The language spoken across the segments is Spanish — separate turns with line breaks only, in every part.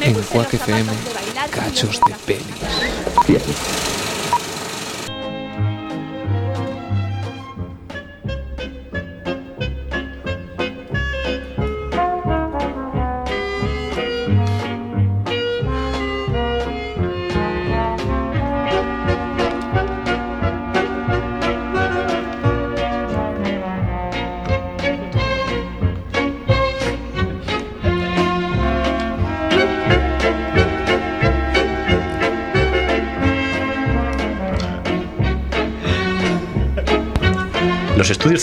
en Quack FM, cachos de pelis.
Los estudios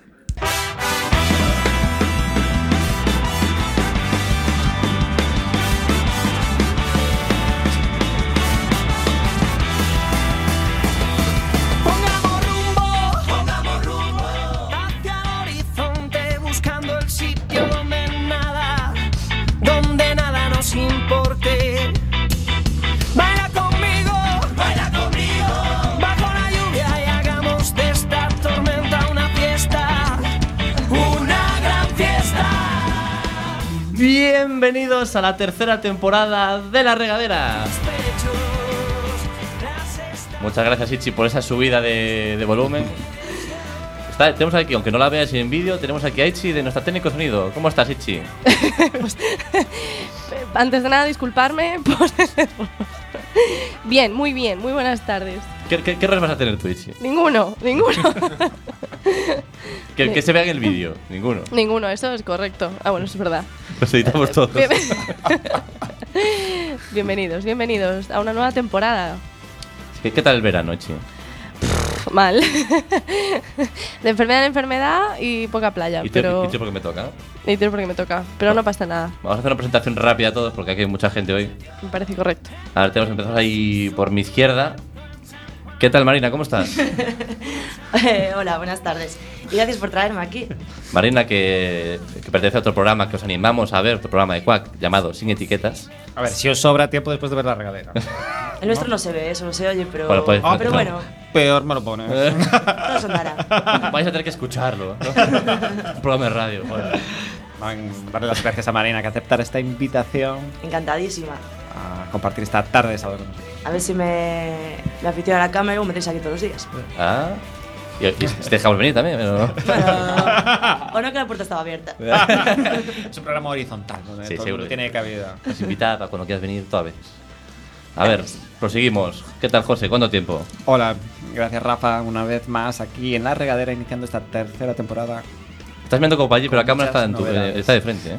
Pongamos rumbo, pongamos rumbo hacia el horizonte, buscando el sitio donde nada, donde nada nos importe. Baila conmigo, baila conmigo, bajo la lluvia y hagamos de esta tormenta una fiesta, una gran fiesta.
Bienvenidos a la tercera temporada de La Regadera. Muchas gracias, Ichi, por esa subida de, de volumen. Está- tenemos aquí, aunque no la veas en vídeo, tenemos aquí a Ichi de nuestra técnico de sonido. ¿Cómo estás, Ichi?
Antes de nada, disculparme por Bien, muy bien, muy buenas tardes.
¿Qué, qué, qué errores vas a tener tú, Ichi?
Ninguno, ninguno.
Que, que se vea en el vídeo. Ninguno.
ninguno, eso es correcto. Ah, bueno, eso es verdad.
Los editamos todos.
Eh, Bien- bienvenidos, bienvenidos a una nueva temporada.
¿Qué, qué tal el verano, Ichi?
Pff, Mal. de enfermedad en enfermedad y poca playa,
Y te-
pero...
y te Ah. porque me toca.
Y tiro porque me toca, pero no pasa nada,
Vamos a hacer una presentación rápida a todos porque aquí hay mucha gente hoy.
me parece correcto.
A ver, tenemos, empezamos ahí por mi izquierda. ¿Qué tal, Marina? ¿Cómo estás?
Eh, hola, buenas tardes. Y gracias por traerme aquí.
Marina, que, que pertenece a otro programa que os animamos a ver, otro programa de Quack llamado Sin Etiquetas.
A ver, si os sobra tiempo después de ver la regadera.
El nuestro no se ve, solo se oye, pero,
Bueno, pues,
Ah, pero
no.
bueno,
Peor me lo pones.
todo sonará.
Vais a tener que escucharlo. ¿no? Un programa de radio. joder.
Van- Darle las gracias a Marina que aceptar esta invitación
Encantadísima.
a compartir esta tarde de sábado con nosotros.
A ver si me, me aficiono a la cámara y me metéis aquí todos los días.
Ah, y, y si te dejamos venir también, pero.
Bueno, o no que la puerta estaba abierta.
Es un programa horizontal, donde
Sí,
todo el
seguro.
mundo tiene cabida. Eh,
Os invitada cuando quieras venir, todas veces. A ver, proseguimos. ¿Qué tal, José? ¿Cuánto tiempo?
Hola, gracias Rafa, una vez más aquí en la regadera iniciando esta tercera temporada.
Estás viendo como para allí, pero la
Con
cámara
muchas
está, en tu,
novedades.
eh, está de frente. ¿eh?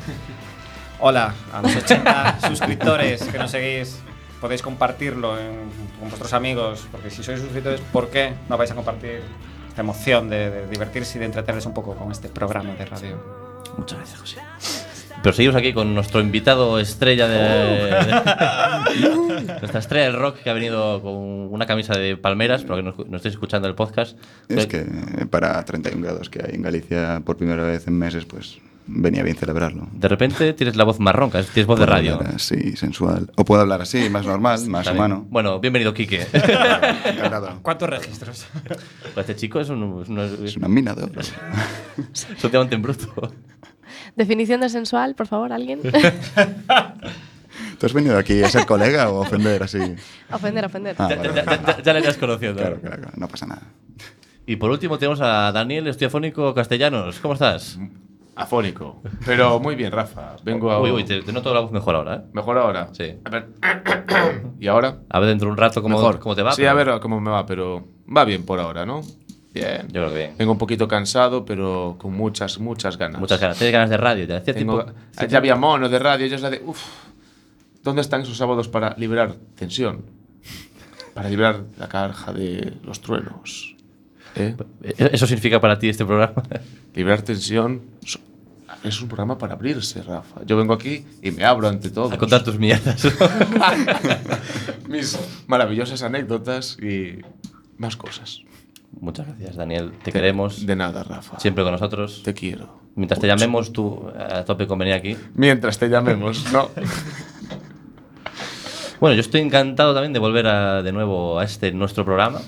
Hola a los 80 suscriptores que nos seguís. Podéis compartirlo en- con vuestros amigos, porque si sois suscriptores, ¿por qué no vais a compartir esta emoción de, de divertirse y de entretenerse un poco con este programa de radio?
Muchas gracias, José. Pero seguimos aquí con nuestro invitado estrella de.
Uh.
de- nuestra estrella del rock que ha venido con una camisa de palmeras, pero que no, escu- no estáis escuchando el podcast.
Es que eh, para 31 grados que hay en Galicia por primera vez en meses, pues venía bien celebrarlo.
De repente tienes la voz más ronca, tienes voz de
Puedo
radio.
hablar así, sensual. O puedo hablar así, más normal, más
Está bien.
humano.
Bueno, bienvenido, Quique.
Encantado.
¿Cuántos registros?
Pues este chico es un. Es un,
Es una mina de oro.
es un diamante en bruto.
Definición de sensual, por favor, alguien.
¿Tú has venido aquí a ser colega o a ofender así?
ofender, ofender.
Ah,
Ya,
vale,
ya-
vale.
ya- ya le estás conociendo.
Claro, claro, claro, no pasa nada.
Y por último tenemos a Daniel Estiafónico Castellanos. ¿Cómo estás?
Afónico. Pero muy bien, Rafa. Vengo a.
Uy, uy, te, te noto la voz mejor ahora, ¿eh?
Mejor ahora.
Sí.
A ver. ¿Y ahora?
A ver dentro de un rato cómo,
Mejor.
cómo te va.
Sí,
pero
a ver cómo me va, pero va bien por ahora, ¿no? Bien.
Yo creo que bien.
Vengo un poquito cansado, pero con muchas, muchas ganas.
Muchas ganas. Tienes ganas de radio. Ya, hacía
Tengo-
tiempo-
Ah, Ya había mono de radio, ya es la de. Uf. ¿Dónde están esos sábados para liberar tensión? Para liberar la caja de los truenos. ¿Eh?
¿Eso significa para ti este programa?
Liberar tensión so- es un programa para abrirse, Rafa. Yo vengo aquí y me abro ante todo.
A contar tus mierdas.
mis maravillosas anécdotas y más cosas.
Muchas gracias, Daniel. Te queremos.
De nada, Rafa.
Siempre con nosotros.
Te quiero.
Mientras te llamemos, tú a tope con venir aquí.
Mientras te llamemos, ¿no?
Bueno, yo estoy encantado también de volver a- de nuevo a este nuestro programa.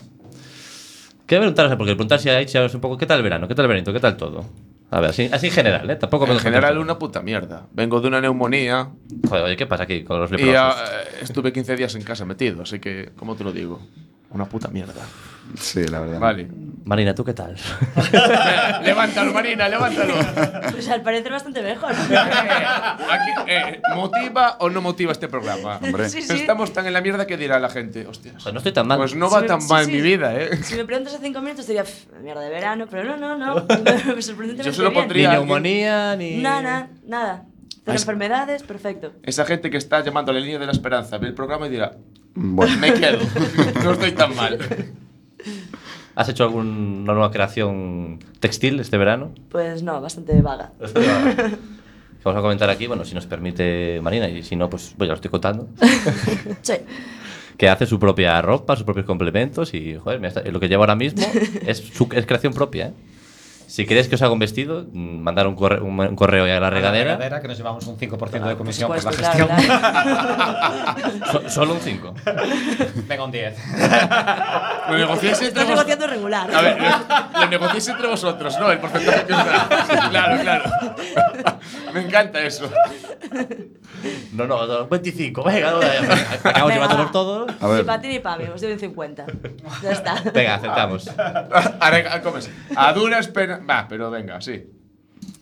Quería preguntaros, porque preguntar si a Ichi es un poco, ¿qué tal el verano? ¿Qué tal el veranito? ¿Qué tal todo? A ver, así, así en general, ¿eh? Tampoco me
En
lo
general,
contesto.
una puta mierda. Vengo de una neumonía
Joder, oye, ¿qué pasa aquí con los
y
leprosos?
ah, eh, estuve 15 días en casa metido, así que, ¿cómo te lo digo? Una puta mierda.
Sí, la verdad.
Vale.
Marina, ¿tú qué tal?
levántalo, Marina, levántalo.
Pues al parecer bastante mejor.
Aquí, eh, ¿Motiva o no motiva este programa?
Hombre.
Sí, sí.
Estamos tan en la mierda que dirá la gente. Hostias.
Pues no estoy tan mal.
Pues no va
Sí,
tan
sí,
mal
sí.
mi vida, ¿eh?
Si me preguntas hace cinco minutos, diría, "Pff, mierda de verano, pero no, no, no. Me sorprendentemente
Yo se lo
bien.
pondría-
ni neumonía, ni.
Nada,
Eh,
nada. Cero
Ah, es-
enfermedades, perfecto.
Esa gente que está llamando a la línea de la esperanza ve el programa y dirá,
Bueno,
me quedo, no estoy tan mal.
¿Has hecho alguna nueva creación textil este verano?
Pues no, bastante vaga.
Que Vamos a comentar aquí, bueno, si nos permite Marina, y si no, pues bueno, ya lo estoy contando.
Sí.
Que hace su propia ropa, sus propios complementos y, joder, mira, está- lo que lleva ahora mismo es, su, es creación propia, ¿eh? Si queréis que os haga un vestido, mm, mandar un correo, un, un correo ya a la regadera.
que nos llevamos un 5% de comisión por
Pues,
la
claro,
gestión.
claro.
So- solo un 5.
Venga, un 10.
Lo negociáis entre
Estás
vosotros.
negociando regular.
A ver, lo, lo negociáis entre vosotros, ¿no? El porcentaje que os da. Claro, claro. Me encanta eso.
No, no, no, 25, venga, no, ya, ya, acabamos
Venga,
llevándolos
va.
todos.
A ver.
Ni para ti ni para mí, os doy un 50. Ya está.
Venga, aceptamos.
Ahora, ah, ¿cómo es? A duras penas. Va, pero venga, sí.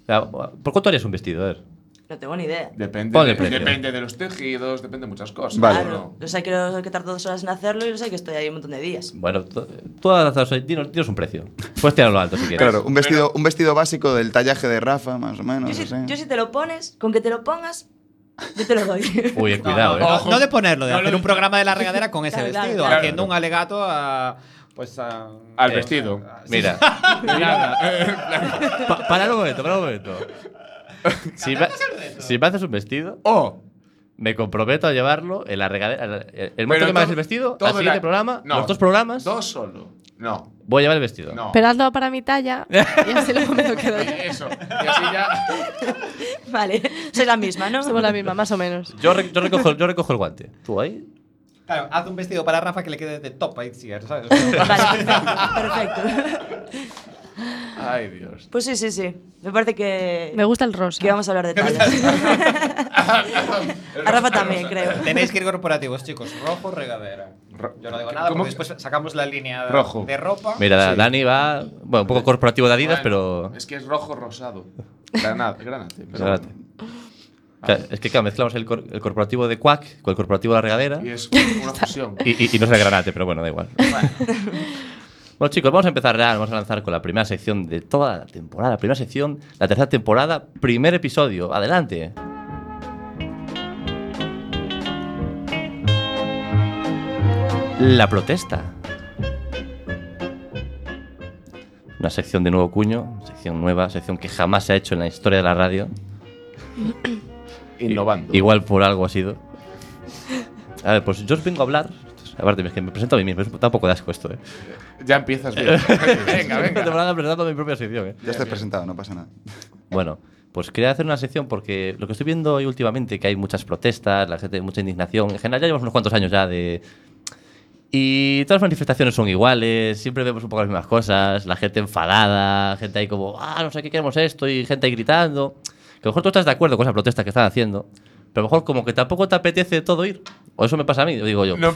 Ya, ¿Por cuánto harías un vestido? A ver.
No tengo ni idea.
Depende,
Ponle
de-
precio.
depende de los tejidos, depende de muchas cosas.
Vale.
¿no?
Claro, o sea, quiero quitar dos horas en hacerlo y lo sé que estoy ahí un montón de días.
Bueno, tú- tú haz- dinos, dinos un precio. Puedes tirarlo alto si quieres.
claro, un vestido, un vestido básico del tallaje de Rafa, más o menos.
Yo si,
Eh.
así.
yo si te lo pones, con que te lo pongas, yo te lo doy.
Uy, cuidado,
no,
eh.
Ojo.
No de ponerlo, de
No lo
hacer un
dices.
programa de la regadera con ese
Claro, claro,
vestido,
claro.
haciendo un alegato a. Pues a.
Al
Eh,
vestido.
Mira, Pa- parad un momento, parad un momento. Si me, si me haces un vestido,
O.
me comprometo a llevarlo en la regadera. en la- eh, El
pero
momento que me hagas
to-
el vestido,
todo
al siguiente
la-
programa,
no,
los dos programas,
Dos solo. No.
voy a llevar el vestido.
No.
Pero hazlo para mi talla y así luego me lo quedo yo.
Eh, Eso. Y así ya.
vale, soy la misma, ¿no?
Somos la misma, más o menos.
Yo, re- yo recojo, yo recojo el guante. ¿Tú ahí?
Claro, haz un vestido para Rafa que le quede de top ahí, sí, ¿sabes?
Vale, perfecto. perfecto.
Ay, Dios.
Pues sí, sí, sí. Me parece que,
Me gusta el rosa.
que vamos a hablar de tallas. A Rafa también, creo.
Tenéis que ir corporativos, chicos. Rojo, regadera. Yo no digo nada
¿Cómo?
porque después sacamos la línea
Rojo.
de ropa.
Mira,
Sí.
Dani va. Bueno, un poco corporativo de Adidas,
Bueno,
pero.
Es que es rojo rosado. Granate, granate. pero
Espérate.
bueno.
O sea, es que claro, mezclamos el, cor- el corporativo de Quack con el corporativo de la regadera.
Y es una fusión.
Y, y- y no es el granate, pero bueno, da igual. Bueno, chicos, vamos a empezar ya. Vamos a lanzar con la primera sección de toda la temporada. Primera sección, la tercera temporada, primer episodio. Adelante. La protesta. Una sección de nuevo cuño, sección nueva, sección que jamás se ha hecho en la historia de la radio.
Innovando.
Igual por algo ha sido. A ver, pues yo os vengo a hablar. Aparte, es que me presento a mí mismo, es- da un poco de asco esto, eh.
Ya empiezas bien. venga,
Esta
venga.
temporada presentando mi propia sección, eh.
Ya estás presentado, no pasa nada.
Bueno, pues quería hacer una sección porque lo que estoy viendo hoy últimamente, que hay muchas protestas, la gente, mucha indignación. En general, ya llevamos unos cuantos años ya de. Y todas las manifestaciones son iguales, siempre vemos un poco las mismas cosas, la gente enfadada, gente ahí como, ah, no sé qué queremos esto, y gente ahí gritando. Que a lo mejor tú estás de acuerdo con esa protesta que están haciendo, pero a lo mejor como que tampoco te apetece de todo ir. O eso me pasa a mí, digo yo.
No,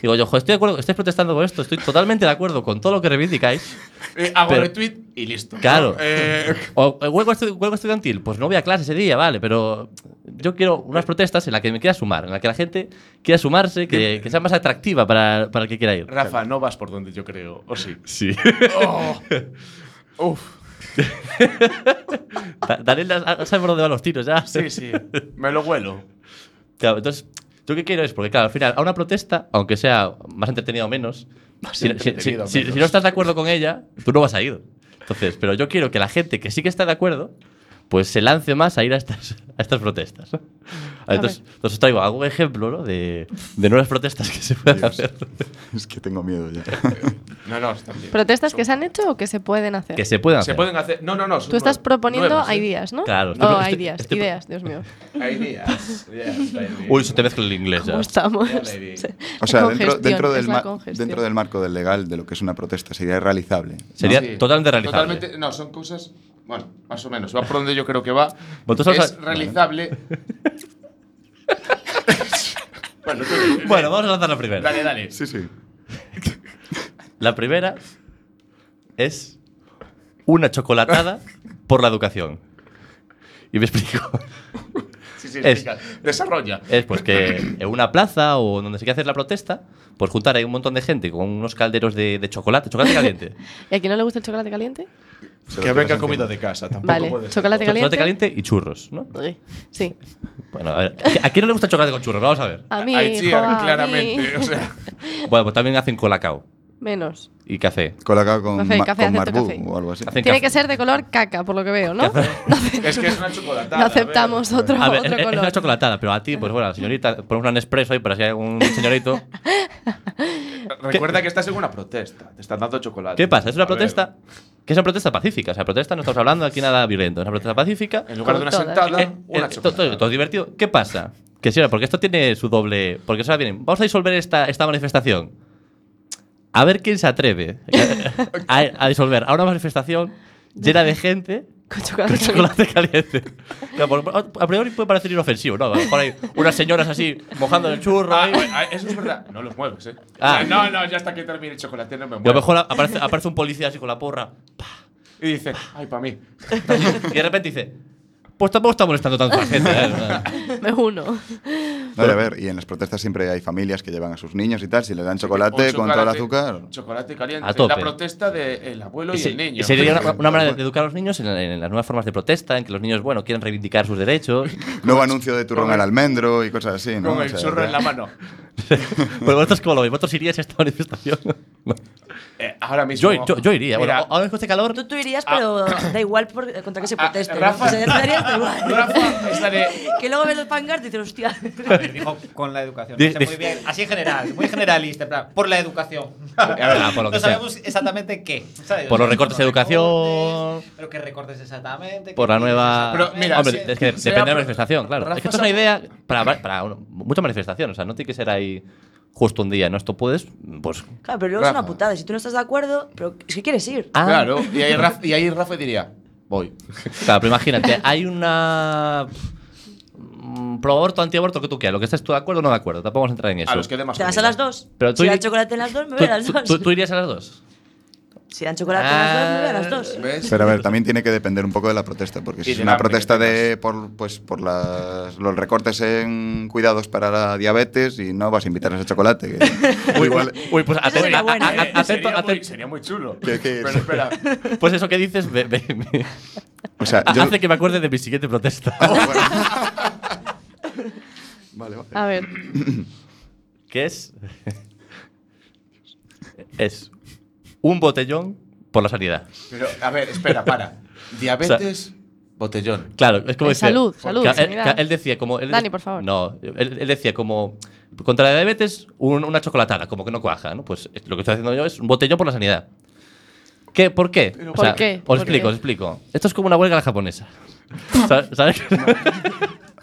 Digo yo, "Jo, estoy de acuerdo, estáis protestando con esto, estoy totalmente de acuerdo con todo lo que reivindicáis.
eh, hago
Pero-
retweet y listo.
Claro.
Eh,
O eh, huelgo, estu- huelgo estudiantil, pues no voy a clase ese día, vale, pero yo quiero unas protestas en las que me quiera sumar, en las que la gente quiera sumarse, que, que sea más atractiva para, para el que quiera ir.
Rafa, no vas por donde yo creo. O sí.
Sí.
Oh. Uf.
Daniel ya sabe por dónde van los tiros ya.
Sí, sí. Me lo huelo.
Claro, entonces, ¿yo qué quiero es? Porque, claro, al final, a una protesta, aunque sea más entretenida o menos, si, si-
entretenida o
si- si-
menos.
si no estás de acuerdo con ella, tú no vas a ir. Entonces, pero yo quiero que la gente que sí que está de acuerdo, pues se lance más a ir a estas, a estas protestas. ¿no? Entonces, entonces os traigo algún ejemplo ¿no? de, de nuevas protestas que se pueden hacer.
Es que tengo miedo ya.
No, no, está bien.
¿Protestas que se han hecho o que se pueden hacer?
Que se puedan hacer.
Se pueden hacer. No, no, ¿eh? no.
Tú estás proponiendo ideas, ¿no?
Claro, Este
O
estoy- estoy-
ideas,
estoy-
ideas, Dios mío.
Ideas.
Uy, se te mezcla el inglés ya.
¿Cómo estamos?
Lady.
Sí.
O sea,
La
dentro,
congestión,
dentro,
es
del
la
ma-
congestión.
dentro del marco del legal de lo que es una protesta, sería realizable.
Sería totalmente realizable.
Totalmente, no, son cosas Bueno, más o menos. Va por donde yo creo que va.
Vosotros
es
os-
realizable. bueno, creo que-
Bueno, vamos a lanzar la primera.
Dale, dale.
Sí, sí.
La primera es una chocolatada por la educación. Y me explico.
Sí, sí,
Es-
explica. Desarrolla.
Es pues que en una plaza o donde se quiera hacer la protesta, pues juntar ahí un montón de gente con unos calderos de, de chocolate, chocolate caliente.
¿Y a quién no le gusta el chocolate caliente?
Que venga comida de casa, tampoco
Vale,
puede ser.
chocolate caliente.
Chocolate caliente y churros, ¿no?
Uy, Sí.
Bueno, a ver, ¿a quién no le gusta el chocolate con churros? Vamos a ver.
A mí,
Ay, sí,
hijo, a
claramente.
mí.
O sea,
Bueno, pues también hacen colacao
Menos.
y café.
Colacao con,
Café,
ma-
café,
con
acepto
marbú
café.
o algo así.
Hacen
Tiene
café.
que ser de color caca, por lo que veo, ¿no?
es que es una chocolatada.
No aceptamos
a ver.
otro,
A ver,
otro
es, es
color.
una chocolatada, pero a ti, pues bueno, señorita, ponemos un Nespresso ahí para si hay algún señorito.
Recuerda que estás en una protesta. Te están dando chocolate.
¿Qué pasa? Es
A
una
ver,
protesta que es una protesta pacífica. O sea, protesta no estamos hablando aquí nada violento. Es una protesta pacífica.
En lugar de una
Como todas.
sentada,
Eh,
una
eh, todo, todo- todo
chocolatada.
divertido. ¿Qué pasa? Que sí, porque esto tiene su doble. Porque ahora vienen, vamos a disolver esta, esta manifestación. A ver quién se atreve a, a disolver a una manifestación llena de gente
Con
con
chocolate caliente.
chocolate caliente. Claro, por- por- a priori puede parecer inofensivo, ¿no? A lo mejor hay unas señoras así mojando el churro.
Ah,
ahí.
bueno, ah, eso es verdad. No los mueves, ¿eh?
Ah.
No, no, ya hasta que termine el chocolate no
Y
me
a
muevo.
lo mejor aparece, aparece un policía así con la porra.
Y dice, ay, para mí.
Y de repente dice: Pues tampoco está molestando tanto a la gente. ¿eh?
Me uno.
No, y a ver, y en las protestas siempre hay familias que llevan a sus niños y tal. Si le dan chocolate,
O
contra el azúcar.
Chocolate caliente.
A tope.
La protesta del abuelo y,
se-
el niño.
Sería una, una manera de educar a los niños en, en las nuevas formas de protesta, en que los niños, bueno, quieren reivindicar sus derechos.
Nuevo anuncio de turrón
Con el-
al almendro y cosas así, ¿no?
Con
O
el
sea,
churro en la mano.
Pero Pues vosotros, ¿cómo lo veis? ¿Vosotros iríais a esta manifestación?
Eh, ahora mismo.
yo, yo, yo iría. Bueno,
Mira,
ahora mismo este calor.
Tú, tú irías, pero da igual por- eh, contra qué se
Ah,
proteste.
Rafa-
¿no? O sea, ya te darías da igual.
Rafa, esta de-
que luego ves los pancartas y dices, hostia.
Dijo con la educación.
Di-
No sé muy
di-
bien. Así en general, muy generalista. en plan, Por la educación.
Ah, por lo que
no
sea.
sabemos exactamente qué. ¿sabes?
Por los recortes de
recortes,
educación.
Pero qué recortes exactamente.
Por
qué
la
tienes
nueva.
Pero mira,
Hombre,
sí,
es que depende
sea
de la
pro-
manifestación, claro.
Rafa
es que esto es una idea para, para bueno, muchas manifestaciones. O sea, no tiene que ser ahí justo un día, ¿no? Esto puedes. Pues.
Claro, pero luego es una
Rafa.
putada. Si tú no estás de acuerdo, pero es que quieres ir.
Ah,
Claro, y ahí, Rafa, y ahí Rafa diría, voy.
Claro, pero imagínate, hay una. mm, Pro-aborto, antiaborto, que tú quieras. Lo que estés tú de acuerdo o no de acuerdo. Tampoco vamos a entrar en eso.
A Ah, los que dé más.
Te vas a
comida.
las dos.
Pero
si
tú ir-
dan chocolate en las dos, me voy
¿Tú,
a las
tú-
dos.
tú- tú irías a las dos?
Si dan chocolate en las dos, me voy a
Ah.
las dos.
¿Ves?
Pero a ver, también tiene que depender un poco de la protesta, porque si
Y
es
del
una
hambre que
protesta de por, pues, por las, los recortes en cuidados para la diabetes y no vas a invitar ese chocolate. que- igual,
Uy, pues
Eso sería
atento,
bueno,
a- a-
¿eh?
a- atento,
sería, muy,
atento.
sería muy chulo.
¿Qué- qué es?
Pero espera.
Pues eso que dices ve- ve- me-
o sea, yo-
hace que me acuerde de mi siguiente protesta.
Ah, bueno. vale, vale.
A ver.
Que es. Es un botellón por la sanidad.
Pero, a ver, espera, para. Diabetes, botellón.
Claro, es como
Eh,
decir-
salud, salud,
que- él,
sanidad.
que él decía como. él-
Dani, por favor.
No, él, él decía como. Contra la diabetes, un- una chocolatada, como que no cuaja, ¿no? Pues lo que estoy haciendo yo es un botellón por la sanidad. ¿Qué? ¿Por qué? O
¿Por
sea,
qué?
Os
¿Por
explico,
qué?
os explico. Esto es como una huelga a la japonesa. Sa- ¿Sabes?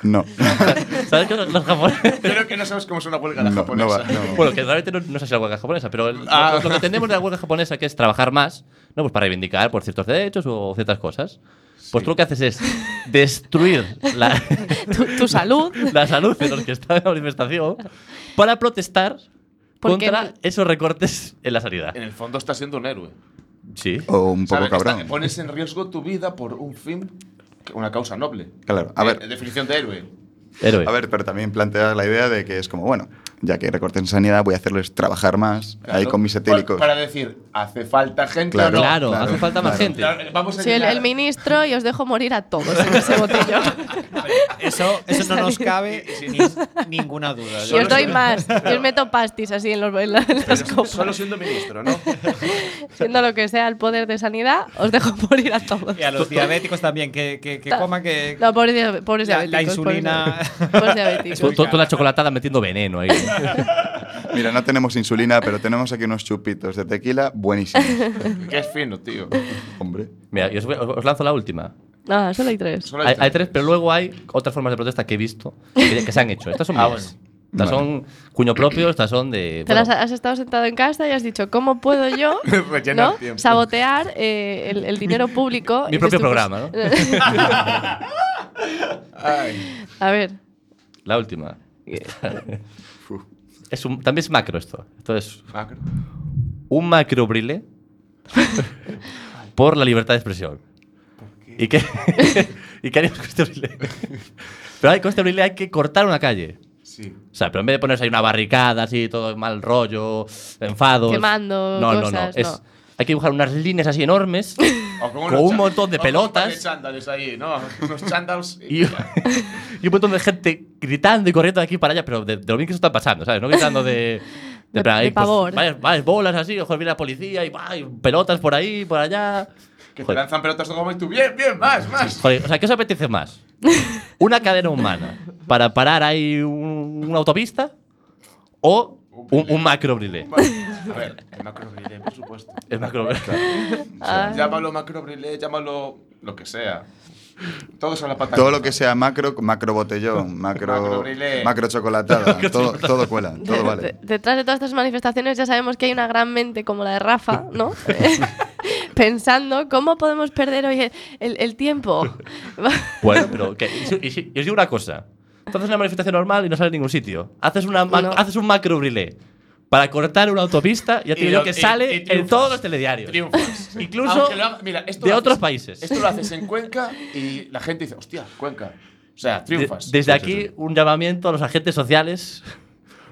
No,
¿Sabes que los, los japoneses.?
Creo que no sabes cómo es una huelga la
no, no,
japonesa.
va- no.
Bueno, que realmente no, no sé si la huelga japonesa, pero el-
Ah.
lo, lo que entendemos de la huelga japonesa que es trabajar más, ¿no? Pues para reivindicar por ciertos derechos o ciertas cosas. Pues tú lo que haces es destruir la,
Tu, tu salud.
la salud de los que están en la manifestación para protestar
¿Por qué
contra
no?
esos recortes en la sanidad.
En el fondo estás siendo un héroe.
Sí.
O un poco
¿Sabes? Está-
cabrón. ¿eh?
pones en riesgo tu vida por un fin, una causa noble.
Claro, a
Eh,
ver.
definición de héroe.
Héroe.
A ver, pero también plantea la idea de que es como, bueno, ya que recorten sanidad, voy a hacerles trabajar más ahí
Claro.
con mis etílicos.
Para, para decir, hace falta gente.
Claro,
o no?
claro,
claro,
hace falta más
claro.
gente.
Claro, Vamos a
Soy el,
llegar-
el ministro y os dejo morir a todos en ese botellón.
Eso, eso no nos cabe ni- ninguna duda.
y os doy más. Y os meto pastis así en, los, en la- en las
Pero
copas.
Solo siendo ministro, ¿no?
Siendo lo que sea el poder de sanidad, os dejo morir a todos.
Y a los diabéticos también, que, que, que
Ta-
coman que.
No, pobres, dia- pobres
La- la
diabéticos. pobres
insulina.
diabéticos, Pobres diabéticos.
Tú- tú- Toda la chocolatada metiendo veneno ahí.
Mira, no tenemos insulina, pero tenemos aquí unos chupitos de tequila buenísimos.
Qué fino, tío.
Hombre.
Mira, y os, voy- os- os lanzo la última.
Ah, solo hay tres.
Solo
Hay, hay tres, pero luego hay otras formas de protesta que he visto que, que se han hecho. Estas son
Ah,
mías. Estas
Vale.
son cuño propio, estas son de.
Te
bueno,
las has, has estado sentado en casa y has dicho, ¿cómo puedo yo
Rellenar
¿no?
tiempo.
sabotear eh, el, el dinero público?
mi
Y dices
propio programa,
pues- A ver,
la última. es un- también es macro esto. Esto es
Macro.
un macro brilé por la libertad de expresión. ¿Y qué, ¿Y qué haríamos con este brilé? Pero hay, con este brilé hay que cortar una calle.
Sí.
O sea, pero en vez de ponerse ahí una barricada, así, todo mal rollo, enfados.
Quemando
No, no, no.
cosas,
Es-
no.
hay que dibujar unas líneas así enormes
O
con
unos
un
cha-
montón de
o con un par
pelotas.
chándales ahí, ¿no? Unos chándals.
Y, y un montón de gente gritando y corriendo de aquí para allá, pero de, de lo bien que eso está pasando, ¿sabes? No gritando de. De,
De-
plan,
de
ahí, pues,
pavor.
varias, varias bolas así, ojo, viene la policía y, va, y pelotas por ahí, por allá.
Que te
Joder.
lanzan pelotas de goma y tú, bien, bien, más, más.
Joder, o sea, ¿qué os apetece más? ¿Una cadena humana para parar ahí un- una autopista o un, un macro brilé?
Vale. A ver, el macro brilé, por supuesto.
El macro brilé.
ah,
Llámalo macro brilé, llámalo lo que sea. Todos a la pata.
Todo lo que sea macro, macro botellón,
Macro
macro,
brilé.
macro chocolatada, todo, todo cuela, todo vale.
de- detrás de todas estas manifestaciones ya sabemos que hay una gran mente como la de Rafa, ¿no? Eh, Pensando cómo podemos perder hoy el, el- el tiempo.
Bueno, pero que, y, si- y si- y os digo una cosa. Tú haces una manifestación normal y no sale en ningún sitio. Haces, una ma-
No.
haces un macro brilé para cortar una autopista y ya te
Y
digo
lo-
que
y-
sale
y
en
triunfas.
todos los telediarios.
Triunfas.
Incluso
Aunque lo haga- mira, esto
de
lo
otros
haces-
países.
Esto lo haces en Cuenca y la gente dice, hostia, Cuenca. O sea,
De-
triunfas.
desde
Sí, sí,
aquí,
sí.
un llamamiento a los agentes sociales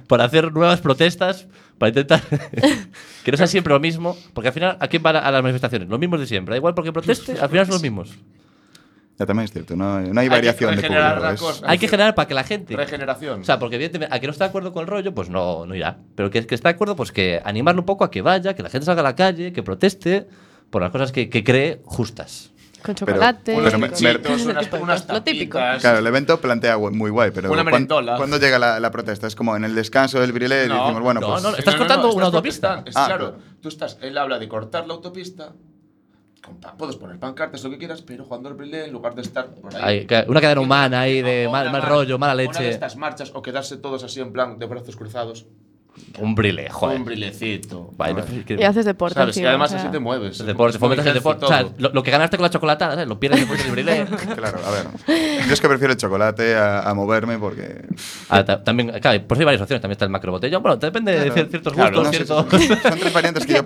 para hacer nuevas protestas, para intentar que no sea siempre lo mismo, porque al final, ¿a quién van a, a las manifestaciones? Los mismos de siempre. Da igual porque proteste, al final son los mismos.
Ya también es cierto, no, no hay
que
variación de
regenerar
público.
la
es-
cosa.
Hay que generar para que la gente.
Regeneración.
O sea, porque evidentemente, a que no está de acuerdo con el rollo, pues no, no irá. Pero que, que está de acuerdo, pues que animarlo un poco a que vaya, que la gente salga a la calle, que proteste por las cosas que, que cree justas.
Con chocolate.
Pero
unos
me-
pinchitos,
me-
unas, unas
Lo típico.
tapitas.
Claro, el evento plantea gu- muy guay, pero
Una
cuan-
merendola.
¿cuándo llega la, la protesta? Es como en el descanso del brilé
No,
decimos, bueno,
no,
pues
no, Estás cortando una autopista.
protestando. Es
Ah,
claro,
claro.
tú estás, él habla de cortar la autopista. con pan- puedes poner pancartas, lo que quieras, pero jugando al brilé en lugar de estar por ahí.
Hay ca- una cadena humana ahí de
O
mal,
una
mal
mar-
rollo, mala
Una de
leche.
estas marchas o quedarse todos así en plan de brazos cruzados.
Un brile, joder.
Un brilecito.
Vale, no, es que-
Y haces deporte.
Sabes, y
encima,
además
o sea.
así te mueves.
El deporte, fomentas el
Healthy
deporte. O
todo.
sea, lo, lo que ganaste con la chocolatada, ¿sabes? Lo pierdes después del brilé.
claro, a ver. Yo es que prefiero el chocolate a, a moverme porque...
Ah, ta- también, claro, pues hay varias opciones. También está el macro botellón. Bueno, depende de cier- ciertos
Claro,
gustos,
no sé,
ciertos.
son, son tres variantes que yo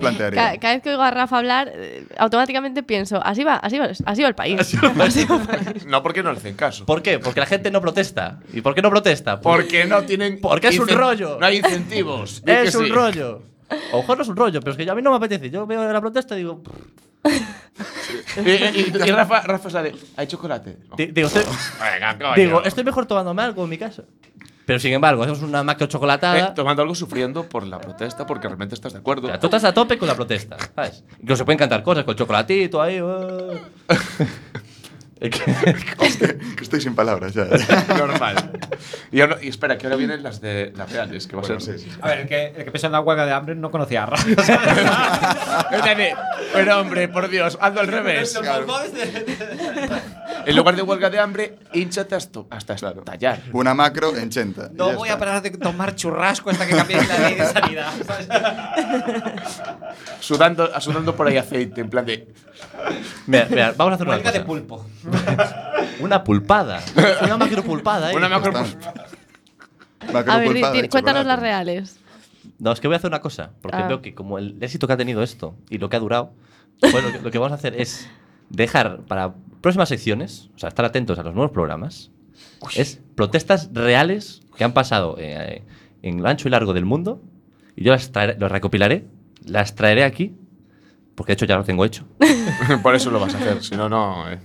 plantearía.
Ca- Cada, vez que oigo a Rafa hablar, eh, automáticamente pienso, así va, así va, así va el país. Así va el país.
No, porque no le hacen caso.
¿Por qué? Porque la gente no protesta. ¿Y por qué no protesta?
Porque no tienen.
Porque es un
incen-
rollo.
No hay incentivos. Di que
es un
sí.
rollo. O mejor no es un rollo, pero es que yo- a mí no me apetece. Yo veo la protesta y digo.
Y, y- y Rafa, Rafa sale. ¿Hay chocolate?
di- Digo, estoy,
Venga, coño.
digo, estoy mejor tomándome algo en mi casa. Pero sin embargo, hacemos una macro
Eh,
chocolatada.
tomando algo sufriendo por la protesta porque realmente estás de acuerdo.
O sea, tú estás a tope con la protesta, ¿sabes? Incluso se pueden cantar cosas con el chocolatito ahí. eh. Es que-
Que estoy sin palabras ya.
Normal. Y, ahora- y espera, que ahora vienen las de las reales, que va a
Bueno,
ser.
sí, sí.
A ver, el que, el que pensó en la huelga de hambre no conocía a Rafa.
Es decir, Pero hombre, por Dios, hazlo al revés. En lugar de huelga de hambre, hinchate hasta, hasta estallar.
Una macro en 80. y
No
ya
voy
está.
a parar de tomar churrasco hasta que cambie la ley de sanidad.
Sudando, sudando por ahí aceite, en plan de.
Mira, mira, vamos a hacer una
Huelga de
cosa.
pulpo.
Una pulpada. Una macro pulpada, ¿eh?
Una macro.
Macro
A ver, di-
pulpada
di-
de
cuéntanos
chocolate.
las reales.
No, es que voy a hacer una cosa. Porque
Ah.
veo que como el éxito que ha tenido esto y lo que ha durado, pues lo, que, lo que vamos a hacer es dejar para próximas secciones, o sea, estar atentos a los nuevos programas, es protestas reales que han pasado eh, en lo ancho y largo del mundo. Y yo las, traeré- las recopilaré, las traeré aquí, porque de hecho ya lo tengo hecho.
Por eso lo vas a hacer, si no, no. eh.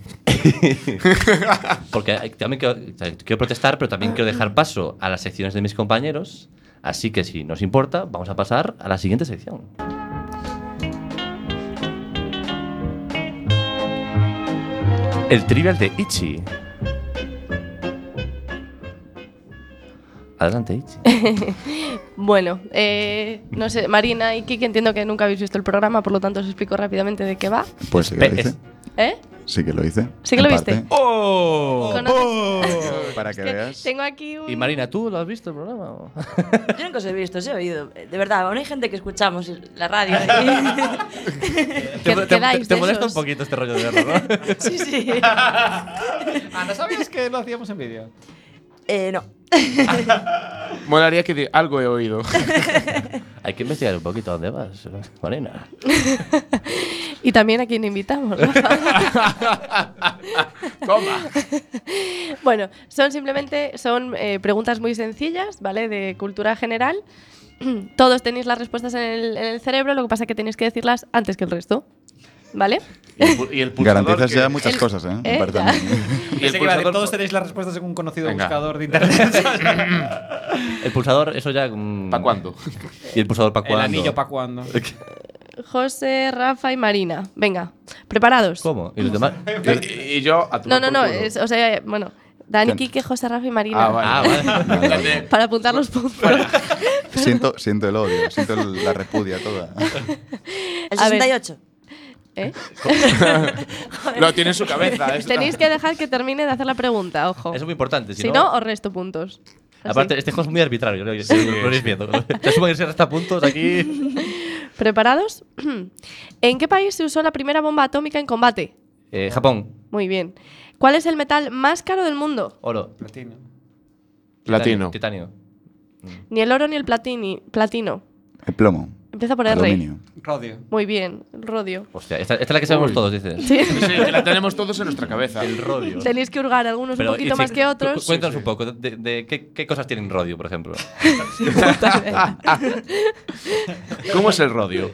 Porque hay- también quiero, o sea, quiero protestar, pero también quiero dejar paso a las secciones de mis compañeros. Así que si nos importa, vamos a pasar a la siguiente sección. El trivial de Ichi. Adelante, Ichi.
Bueno, eh, no sé, Marina y Kiki entiendo que nunca habéis visto el programa, por lo tanto os explico rápidamente de qué va.
Pues sí que lo
Pe-
hice.
es-
¿Eh?
Sí que lo hice.
Sí que lo
en
viste.
parte.
¿Conoces?
Para que veas.
Tengo aquí un.
¡Oh! Y Marina, ¿tú lo has visto el programa? o?
Yo nunca os he visto, os he oído. Eh, De verdad, aún hay gente que escuchamos la radio.
¿Qué-
te,
qué dais
te
de
molesta
esos?
un poquito este rollo de verlo, ¿no?
sí, sí.
Ah, ¿no sabías que lo hacíamos en vídeo?
Eh, no.
Molaría que di- algo he oído.
Hay que investigar un poquito dónde vas, Marina.
Y también a quien invitamos.
Toma.
Bueno, son simplemente son eh, preguntas muy sencillas, ¿vale? De cultura general. Todos tenéis las respuestas en el, en el cerebro, lo que pasa es que tenéis que decirlas antes que el resto, ¿vale?
Y el, pu- y el pulsador
Garantizas
que-
ya muchas
El-
cosas, ¿eh?
¿Eh?
Me parece
Ya.
a mí.
y el
Pensé que iba a decir,
pulsador-
todos tenéis las respuestas en un conocido
Venga.
buscador de internet.
El pulsador, eso ya. mm,
¿Pa' cuándo?
¿Y el pulsador para
el
cuándo?
anillo para cuando.
José, Rafa y Marina, venga, preparados.
¿Cómo? ¿Y los demás?
y, y yo a tu
No, no, no,
por culo.
es- o sea, eh, bueno, Dani,
Bien.
Quique, José, Rafa y Marina.
Ah, vale.
Ah, vale.
Vale, vale.
Para apuntar los puntos.
siento, siento el odio, siento el- la repudia toda.
El
A ver.
68.
¿eh?
Lo tiene en su cabeza. es-
Tenéis que dejar que termine de hacer la pregunta, ojo.
Es muy importante. Si,
Si no, os resto puntos. Así.
Aparte, este juego es muy arbitrario, lo, lo- lo iréis viendo. Te suman y se resta puntos aquí.
¿Preparados? ¿En qué país se usó la primera bomba atómica en combate?
Eh, Japón,
Muy bien. ¿Cuál es el metal más caro del mundo?
oro.
Platino.
Latino.
Titanio.
Ni el oro ni el platini- platino.
El plomo.
Empieza por R.
Aluminio.
Rodio.
Muy bien, el rodio.
Hostia, esta, esta es la que sabemos
Uy.
todos, dices.
Sí.
Sí, que la tenemos todos en nuestra cabeza.
El rodio.
Tenéis que hurgar algunos
Pero,
un poquito
y
más
sí,
que
cu-
otros.
cu- Cuéntanos un poco, de, de qué, qué cosas tienen rodio, por ejemplo?
¿Cómo es el rodio?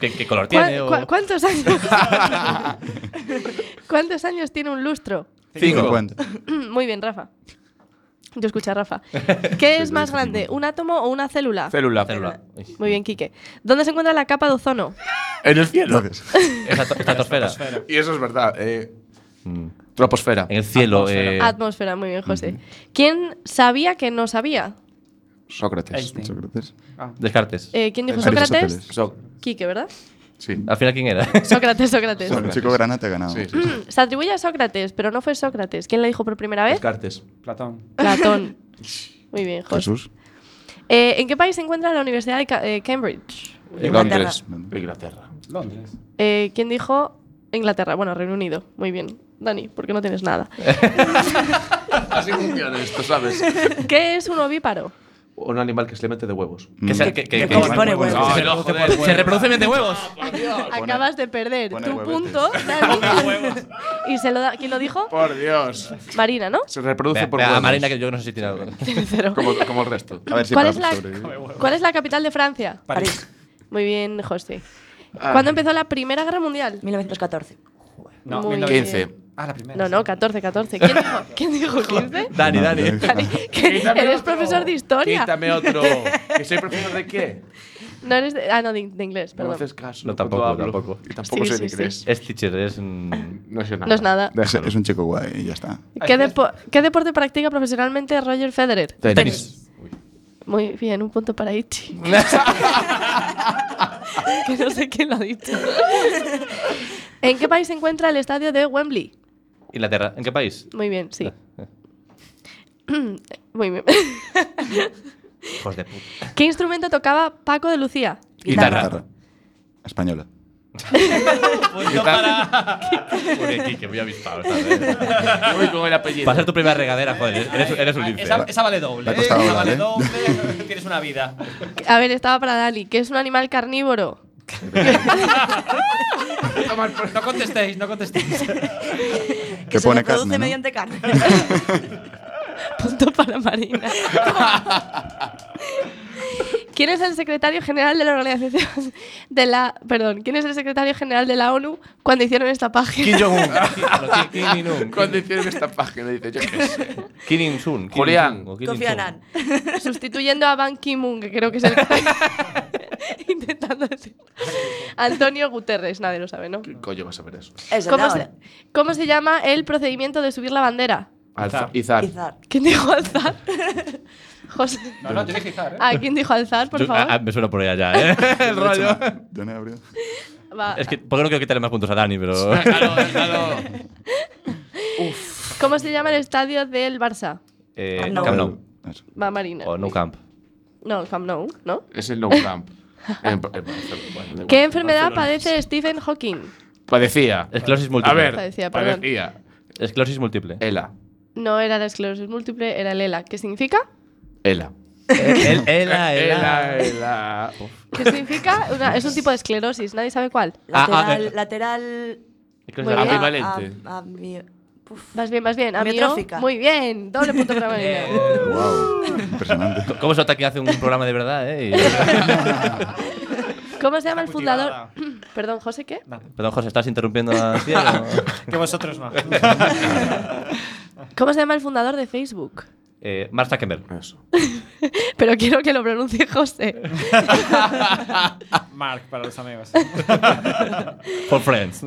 ¿Qué, qué color tiene?
¿Cuá-
o-
cuá- ¿Cuántos años? ¿Cuántos años tiene un lustro?
Cinco.
Cincuenta.
Muy bien, Rafa. Yo escuché a Rafa. ¿Qué es más grande, un átomo o una célula?
Célula.
Célula.
Muy bien, Quique. ¿Dónde se encuentra la capa de ozono?
En el cielo.
Gracias.
Estrato- Estratosfera.
Y eso es verdad. eh,
Mm.
troposfera.
En el cielo.
Atmósfera.
eh,
Atmósfera, muy bien, José. ¿Quién sabía que no sabía?
Sócrates.
Einstein.
Sócrates.
Descartes.
Eh, ¿Quién dijo
Aristóteles.
Sócrates?
So-
Quique, ¿verdad?
sí.
Al final, ¿quién era?
Sócrates, Sócrates.
Bueno, el chico granate ha ganado.
Sí, sí, sí.
Se atribuye a Sócrates, pero no fue Sócrates. ¿Quién la dijo por primera vez?
Descartes.
Platón.
Platón. Muy bien, José.
Jesús.
Eh, ¿En qué país se encuentra la Universidad de Ca- eh, Cambridge?
Londres.
Inglaterra.
Inglaterra.
Londres.
Eh, ¿Quién dijo Inglaterra? Bueno, Reino Unido. Muy bien. Dani, porque no tienes nada.
Así funciona esto, ¿sabes?
¿Qué es un ovíparo?
Un animal que se le mete de huevos.
Que sea- que- que-
Que
que-
como pone
que-
huevos.
se-
No,
joder, se reproduce mediante huevos.
Acabas de perder
pone
tu
huevetes.
punto. Dani. y se lo da. ¿Quién lo dijo?
Por Dios.
Marina, ¿no?
Se reproduce
Ve-
por
ve a
huevos.
Marina, que yo no sé si tiene algo.
Cero.
como, como el resto.
A ver si
¿Cuál es
para
la-
sobrevivir.
¿Cuál es la capital de Francia?
París.
Muy bien, José.
Ah.
¿Cuándo empezó la Primera Guerra Mundial?
1914.
No,
Muy
1900.
15.
Ah, la primera.
No, no, 14, 14. ¿Quién dijo, ¿quién dijo 15?
Dani, Dani.
¿Que
Quítame
¿Eres
otro.
profesor de historia?
Quítame otro. ¿Que soy profesor de qué?
No eres de, ah, no, de, de inglés,
No me
perdón.
haces caso.
No,
cuando
tampoco,
hablo.
tampoco.
Y tampoco
Sí,
soy
sí,
de inglés.
Es teacher, es. mm,
No sé nada.
No es nada.
Es, es un chico guay y ya está.
¿Qué, depo- qué deporte practica profesionalmente Roger Federer?
Tenis.
Muy bien, un punto para Ichi. que no sé quién lo ha dicho. ¿En qué país se encuentra el estadio de Wembley?
Inglaterra. ¿En qué país?
Muy bien, sí. Muy bien.
Hijos de puta.
¿Qué instrumento tocaba Paco de Lucía?
Guitarra.
Guitarra. Española.
Porque aquí, que muy avispado. ¿sabes?
Uy, con el apellido.
Va a ser tu primera regadera, joder. Eres, eres un lince.
Esa, esa vale doble.
Le ha
¿eh?
costado
esa vale
hablar,
doble. Tienes una vida.
A ver, estaba para Dani, que es un animal carnívoro.
No contestéis, no contestéis.
Que
Que se
pone
reproduce
carne, ¿no?
mediante carne.
Punto para Marina. ¿Quién es el secretario general de la organización de la, perdón, quién es el secretario general de la ONU cuando hicieron esta página?
Kim Jong-un.
Ah,
Pero Kim- Kim In-un.
Cuando hicieron esta página, dice yo qué sé.
Kim In-sun. Kim
Julián.
In-sung o Kim
Confía en
In-sung.
Ann.
Sustituyendo a Ban Ki-moon, que creo que es el que intentando decir. Antonio Guterres, nadie lo sabe, ¿no?
¿Qué coño vas a ver eso?
Eso,
¿Cómo
¿Cómo
se,
ahora.
cómo se llama el procedimiento de subir la bandera?
Alza- Izar.
Izar.
¿Quién dijo alzar? José.
No, no, tienes que izar, ¿eh?
¿A quién dijo alzar, por
Yo- ah, ah,
favor?
me suena por allá ya, ¿eh? El rollo.
Yo no he abrido.
Va. Ah.
Es que, porque no quiero quitarle más puntos a Dani, pero.
Claro, claro.
¿Cómo se llama el estadio del Barça?
Eh,
Camp Nou.
Camp Nou.
Va Marina.
O No Camp.
No, Camp Nou, ¿no?
Es el no Eh, camp.
¿Qué enfermedad padece Stephen Hawking?
Padecía.
Esclerosis
A
múltiple.
ver,
Padecía, perdón.
padecía.
Esclerosis múltiple.
Ela.
No era la esclerosis múltiple, era el ELA. ¿Qué significa?
Ela.
El- ela,
Ela,
ela.
ela.
¿Qué significa? Una- es un tipo de esclerosis, nadie sabe cuál.
Ah, ah,
Lateral.
eh.
lateral
Muy bien.
Esclerosis
a-
Ambivalente.
a- a Ah, mi-
Ah, Más bien, más bien. Amigo,
Amiotrófica. Eh,
muy bien. Doble punto para Marina.
Eh.
Wow, impresionante.
¿Cómo se nota que hace un programa de verdad, eh?
¿Cómo se llama el
Cultivada.
fundador? Perdón, José, ¿qué?
Perdón, José, ¿estás interrumpiendo a Cielo?
Que vosotros no.
¿Cómo se llama el fundador de Facebook?
Eh, Mark Zuckerberg.
Eso.
Pero quiero que lo pronuncie José.
Mark, para los amigos.
For friends.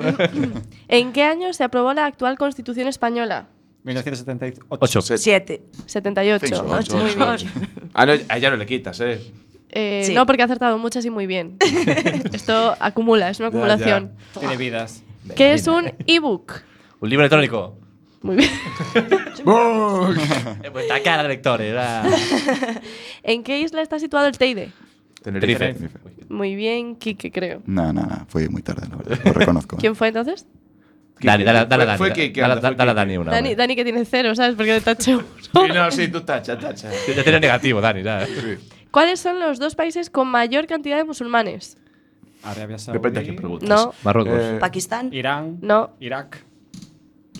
¿En qué año se aprobó la actual Constitución española?
1978.
Ocho.
Siete.
78.
Ocho,
Ocho,
muy
ocho,
bien.
ocho.
Ah, no, a ella no le quitas, ¿eh?
Eh,
Sí.
No, porque he acertado muchas y muy bien. Esto acumula, es una
Ya,
acumulación.
Tiene vidas.
¿Qué es un ebook?
Un libro electrónico.
Muy bien.
Eh, pues la cara de lector, era.
¿En qué isla está situado el Teide?
Tenerife.
Muy bien, Quique, creo.
No, no, no, fue muy tarde, la verdad. Lo reconozco.
¿Quién fue entonces?
Dale, dale, dale,
Fue-
dale.
fue
Dale,
Kike,
dale,
anda, fue
dale a
Kike.
Dani una.
Dani,
hombre.
Dani que tiene cero, ¿sabes? Porque le tacho
Sí,
uno.
no, sí, tú tacha, tacha.
Ya- Ya tenía negativo, Dani, ya.
¿Cuáles son los dos países con mayor cantidad de musulmanes?
Arabia Saudí.
Depende de qué preguntas.
No,
Marruecos.
Eh,
Pakistán.
Irán.
no,
Irak.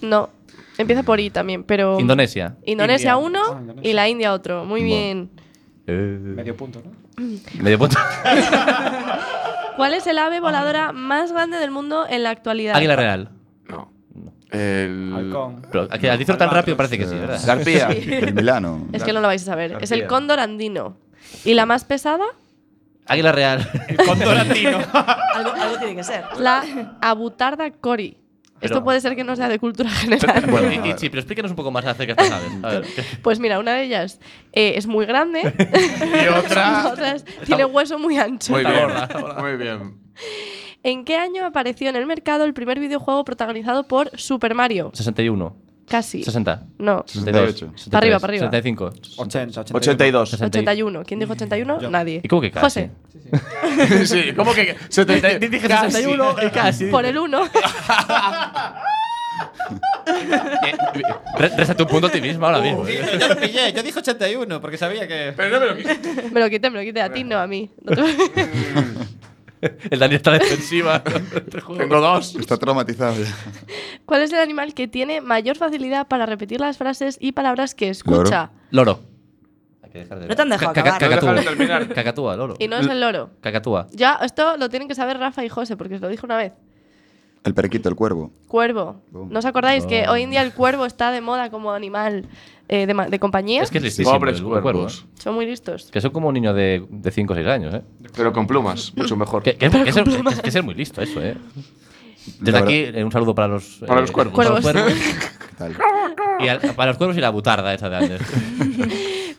no. Empieza por I también, pero...
Indonesia.
Indonesia
India.
uno
Ah, Indonesia.
y la India otro. Muy
Bueno.
bien.
Eh,
Medio punto, ¿no?
medio punto.
¿Cuál es el ave voladora más grande del mundo en la actualidad?
Águila Real.
no. El.
Halcón.
Pero aquí al decirlo tan rápido parece que sí, ¿verdad?
Garpía.
El Milano.
Es que no lo vais a saber. Es el
García.
cóndor andino. ¿Y la más pesada?
Águila Real.
Algo, algo tiene que ser.
La abutarda cori. Esto
Pero-
puede ser que no sea de cultura general.
Bueno, y, y sí, pero explíquenos un poco más acerca de estas aves. A ver.
Pues mira, una de ellas eh, es muy grande.
Y otra.
otra es- tiene hueso muy ancho.
Muy bien.
Está gorda.
Muy bien.
¿En qué año apareció en el mercado el primer videojuego protagonizado por Super Mario?
61.
Casi.
60.
No,
68.
73,
Para arriba, para arriba.
75.
80, 80.
82.
81. ¿Quién dijo 81? Nadie.
¿Y cómo que casi?
José,
sí, ¿cómo que? 70.
Dije
Casi.
61 y eh, casi.
por el 1.
Re- Resta tu punto a ti mismo ahora mismo. ¿eh?
Yo lo pillé, yo dije 81 porque sabía que.
Pero no me lo quito.
Me lo quité, me lo quité a ti, no a mí. No te-
El Dani está defensiva.
Tengo dos.
Está traumatizado ya.
¿Cuál es el animal que tiene mayor facilidad para repetir las frases y palabras que escucha?
Loro.
No te han dejado
Caca-
acabar.
No dejan de
Cacatúa.
terminar.
Cacatúa, loro.
Y no es el loro.
Cacatúa.
Ya, esto lo tienen que saber Rafa y José, porque os lo dije una vez.
El periquito, el cuervo.
Cuervo. ¿No os acordáis que
Ah.
hoy en día el cuervo está de moda como animal eh, de, ma- de compañía?
Es que es listísimo.
Pobres
el cuervo,
cuervos.
¿eh?
Son muy listos.
Que son como un niño de 5 o 6 años, ¿eh?
Pero con plumas, mucho mejor.
Que, que- que es, que es- que es ser muy listo eso, ¿eh? Desde
La
aquí, eh, un saludo para los...
Para
eh,
los cuervos.
para los
Cuervos.
cuervos
¿Qué tal?
y al- para los cuervos y la butarda esa de antes.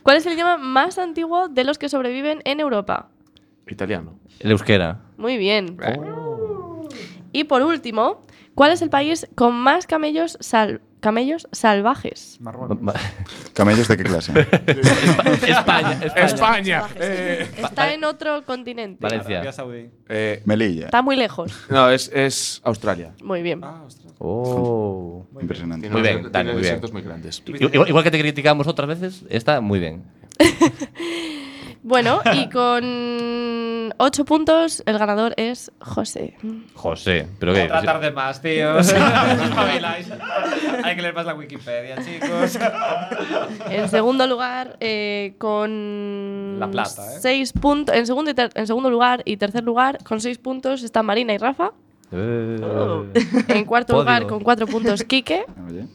¿Cuál es el idioma más antiguo de los que sobreviven en Europa?
Italiano.
El euskera.
Muy bien. Y por último, ¿cuál es el país con más camellos, sal- camellos salvajes?
Marruecos.
Ma-
¿Camellos de qué clase?
España,
Ah,
España.
España. Eh,
Está en otro continente.
Valencia.
Arabia Saudí.
eh,
Melilla.
Está muy lejos.
no, es, es Australia.
Muy bien.
Ah,
Oh.
Impresionante.
Tiene
Muy bien,
unos-
Dani,
tiene
muy bien.
desiertos muy grandes.
Igual, igual que te criticamos otras veces, está muy bien.
Bueno, y con ocho puntos, el ganador es José.
José, pero qué.
Otra tarde más, tíos. Espabiláis. Hay que leer más la Wikipedia, chicos.
En segundo lugar, eh, con.
La plata, ¿eh?
Seis puntos. En, segundo y ter- en segundo lugar y tercer lugar, con seis puntos, están Marina y Rafa.
Eh.
En cuarto
Podio.
lugar, con cuatro puntos, Quique.
Oye.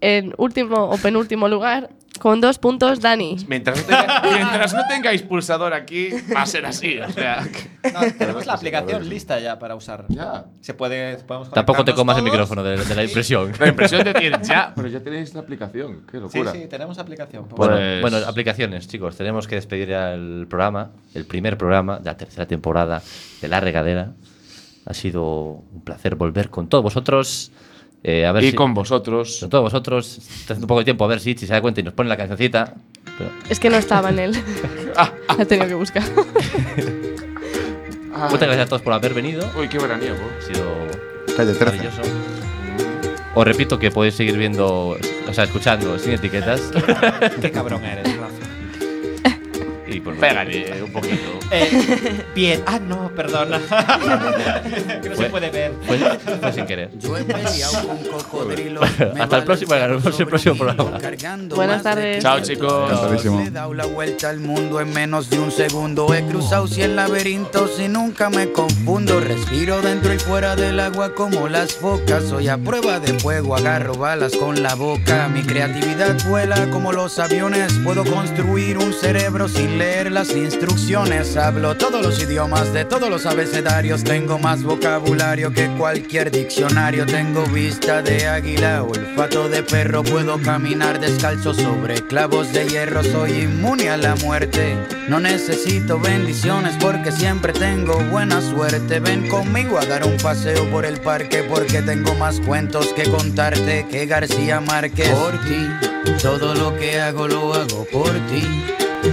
En último o penúltimo lugar, con dos puntos, Dani.
Mientras no, tenga- mientras no tengáis pulsador aquí, va a ser así. O sea, que-
No, tenemos la aplicación lista ya para usar.
ya.
Se puede. Podemos
Tampoco te
conectarnos
comas el
todos.
micrófono de, de la impresión.
La impresión de decir ya, pero ya tenéis la aplicación. Qué
Sí,
locura.
sí, tenemos aplicación.
Pues-
Bueno, bueno, aplicaciones, chicos. Tenemos que despedir ya el programa, el primer programa de la tercera temporada de La Regadera. Ha sido un placer volver con todos vosotros. Eh, a ver
Y
si-
con vosotros.
Con todos vosotros. Está haciendo un poco de tiempo a ver si Ichi se da cuenta y nos pone la cancioncita. Pero-
Es que no estaba en él. La he tenido que buscar.
Ah.
Muchas gracias a todos por haber venido.
Uy, qué veraniego.
Ha sido
Calle 13.
maravilloso. Os repito que podéis seguir viendo, o sea, escuchando sin etiquetas.
Qué cabrón eres, Rafa.
y pues,
Pégale un poquito.
Eh, bien. Ah, no, perdona. que no se
Fue-
puede ver.
fue, fue sin querer.
Yo he peleado con cocodrilo.
Hasta el próximo, hasta el próximo programa.
Buenas tardes.
Chao, chicos.
Encantadísimo.
He dado la vuelta al mundo en menos de un segundo. He cruzado cien laberintos y nunca me confundo. Respiro dentro y fuera del agua como las focas. Soy a prueba de fuego, agarro balas con la boca. Mi creatividad vuela como los aviones. Puedo construir un cerebro sin leer las instrucciones. Hablo todos los idiomas de todos los abecedarios. Tengo más vocabulario que cualquier diccionario. Tengo vista de águila, olfato de perro. Puedo caminar descalzo sobre clavos de hierro. Soy inmune a la muerte. No necesito bendiciones porque siempre tengo buena suerte. Ven conmigo a dar un paseo por el parque porque tengo más cuentos que contarte que García Márquez. Por ti, todo lo que hago lo hago por ti.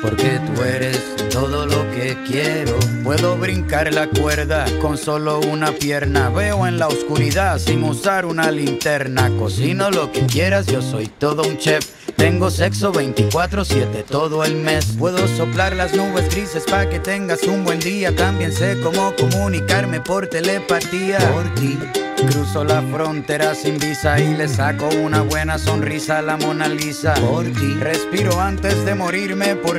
Porque tú eres todo lo que quiero. Puedo brincar la cuerda con solo una pierna. Veo en la oscuridad sin usar una linterna. Cocino lo que quieras, yo soy todo un chef. Tengo sexo 24-7 todo el mes. Puedo soplar las nubes grises para que tengas un buen día. También sé cómo comunicarme por telepatía. Por ti. Cruzo la frontera sin visa y le saco una buena sonrisa a la Mona Lisa. Por ti. Respiro antes de morirme, por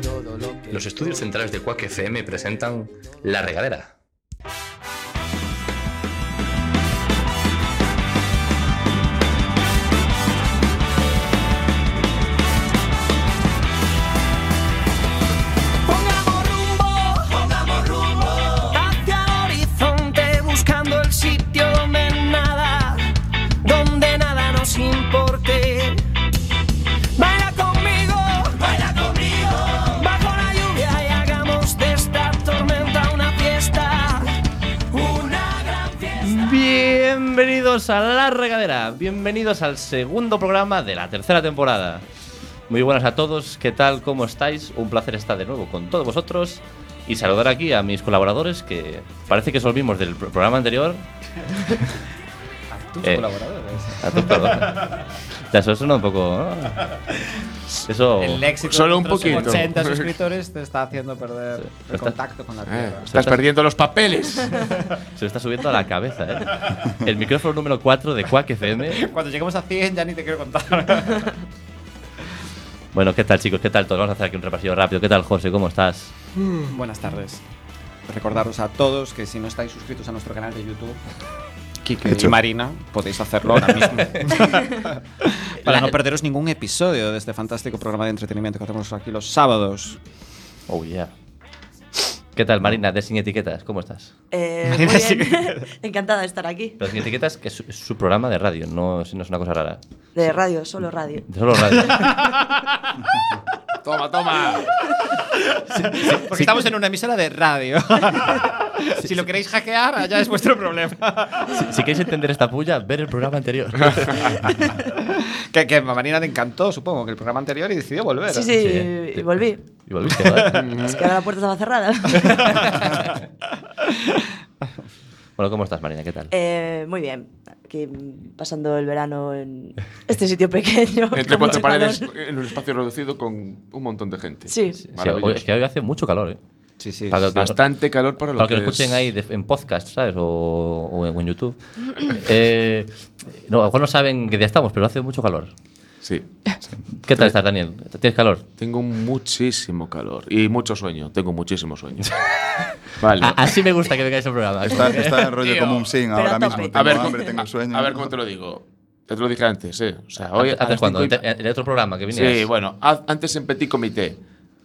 todo lo que
Los estudios centrales de Quack FM presentan La Regadera.
Pongamos rumbo, pongamos rumbo hacia el horizonte buscando el sitio donde nada, donde nada nos importe. Baila conmigo, baila conmigo bajo la lluvia y hagamos de esta tormenta una fiesta, una gran fiesta.
Bienvenidos a La Regadera, bienvenidos al segundo programa de la tercera temporada. Muy buenas a todos, ¿qué tal? ¿Cómo estáis? Un placer estar de nuevo con todos vosotros y saludar aquí a mis colaboradores que parece que son los mismos del pro- programa anterior.
Tus
Eh,
colaboradores.
A tu- perdón. Ya, eso suena un poco. ¿no? Eso.
El éxito
Solo
de
un
nuestros
poquito.
80 suscriptores te está haciendo perder el
está- Ah,
contacto con la tierra.
Eh, Estás perdiendo los papeles.
Se lo está subiendo a la cabeza, ¿eh? El micrófono número 4 de Quack FM.
Cuando lleguemos a 100 ya ni te quiero contar.
Bueno, ¿qué tal, chicos? ¿Qué tal todos? Vamos a hacer aquí un repasillo rápido. ¿Qué tal, José? ¿Cómo estás?
Buenas tardes. Recordaros a todos que si no estáis suscritos a nuestro canal de YouTube, Kike y
Hecho.
Marina, podéis hacerlo ahora mismo. Para no perderos ningún episodio de este fantástico programa de entretenimiento que hacemos aquí los sábados.
Oh, yeah. ¿Qué tal, Marina, de Sin Etiquetas? ¿Cómo estás?
Eh, muy bien. Encantada de estar aquí.
Pero Sin Etiquetas que es su, es su programa de radio, no, es- no es una cosa rara.
De radio, solo radio.
De solo radio.
toma, toma.
Porque estamos en una emisora de radio. si lo queréis hackear, allá es vuestro problema.
si, si queréis entender esta puya, ver el programa anterior.
que, que a Marina le encantó, supongo, que el programa anterior y decidió volver.
Sí, sí,
sí.
y volví.
y volviste,
¿eh?
¿verdad?
Es que ahora la puerta estaba cerrada.
Bueno, ¿cómo estás, Marina? ¿Qué tal?
Eh, muy bien, aquí mm, pasando el verano en este sitio pequeño.
Entre
con
cuatro
mucho
paredes,
calor.
en un espacio reducido con un montón de gente.
Sí. Sí,
Sí, hoy- es que hoy hace mucho calor, ¿eh?
Sí, sí, bastante calor para lo
que lo
que es-
escuchen ahí de- en podcast, ¿sabes? O, o en, o en YouTube. Eh, no, a lo mejor no saben qué día estamos, pero hace mucho calor.
Sí.
¿Qué tal estás, Daniel? ¿Tienes calor?
Tengo muchísimo calor y mucho sueño. Tengo muchísimo sueño. vale.
A- Ah, así me gusta que vengáis al programa.
Está- está en rollo Tío, como un sin pero ahora a mismo. tope.
A ver,
Tengo
cómo-
hambre, tengo
a-
sueño.
a ver cómo te lo digo. Ya te lo dije antes, ¿eh? O sea, hoy.
¿Antes- antes cuándo? ¿En el otro programa que vinieras?
Sí, bueno, a- antes en Petit Comité.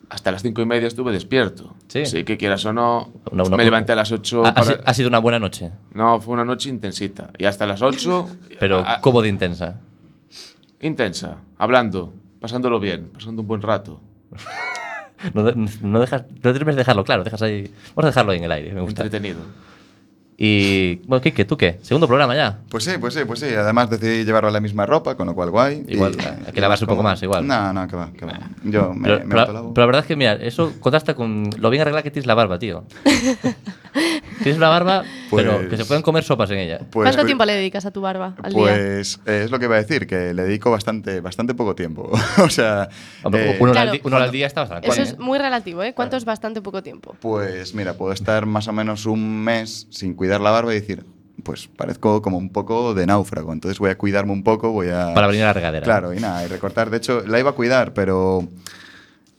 Hasta las cinco y media estuve despierto. Sí. que quieras o no.
Una- Ah, una-
me levanté a las ocho.
Ha, ha
para-
si- ha sido una buena noche,
No, fue una noche intensita. Y hasta las ocho.
pero
a-
¿cómo de intensa?
intensa, hablando, pasándolo bien, pasando un buen rato.
No, de- no dejas, no debes dejarlo claro, dejas ahí. Vamos a dejarlo ahí en el aire, me gusta.
Entretenido.
Y. Bueno, ¿qué, ¿tú qué? ¿Segundo programa ya?
Pues sí, pues sí, pues sí. Además decidí llevarlo a la misma ropa, con lo cual guay.
Igual, hay que lavarse un poco más, igual.
No, no, que va, que va. Yo me,
pero,
me
pero-
autolavo.
pero la verdad es que, mira, eso contrasta con lo bien arreglada que tienes la barba, tío. tienes una barba, pero
Pues-
que se pueden comer sopas en ella.
Pues-
¿Cuánto tiempo le dedicas a tu barba al día?
Pues eh, es lo que iba a decir, que le dedico bastante, bastante poco tiempo. o sea, eh,
Hombre, una hora al Claro. di- una hora al día está bastante
Eso es muy relativo, ¿eh? ¿Cuánto es bastante poco tiempo?
Pues mira, puedo estar más o menos un mes sin cuidar la barba y decir, pues parezco como un poco de náufrago, entonces voy a cuidarme un poco, voy a...
Para venir a la regadera.
Claro, y nada, y recortar. De hecho, la iba a cuidar, pero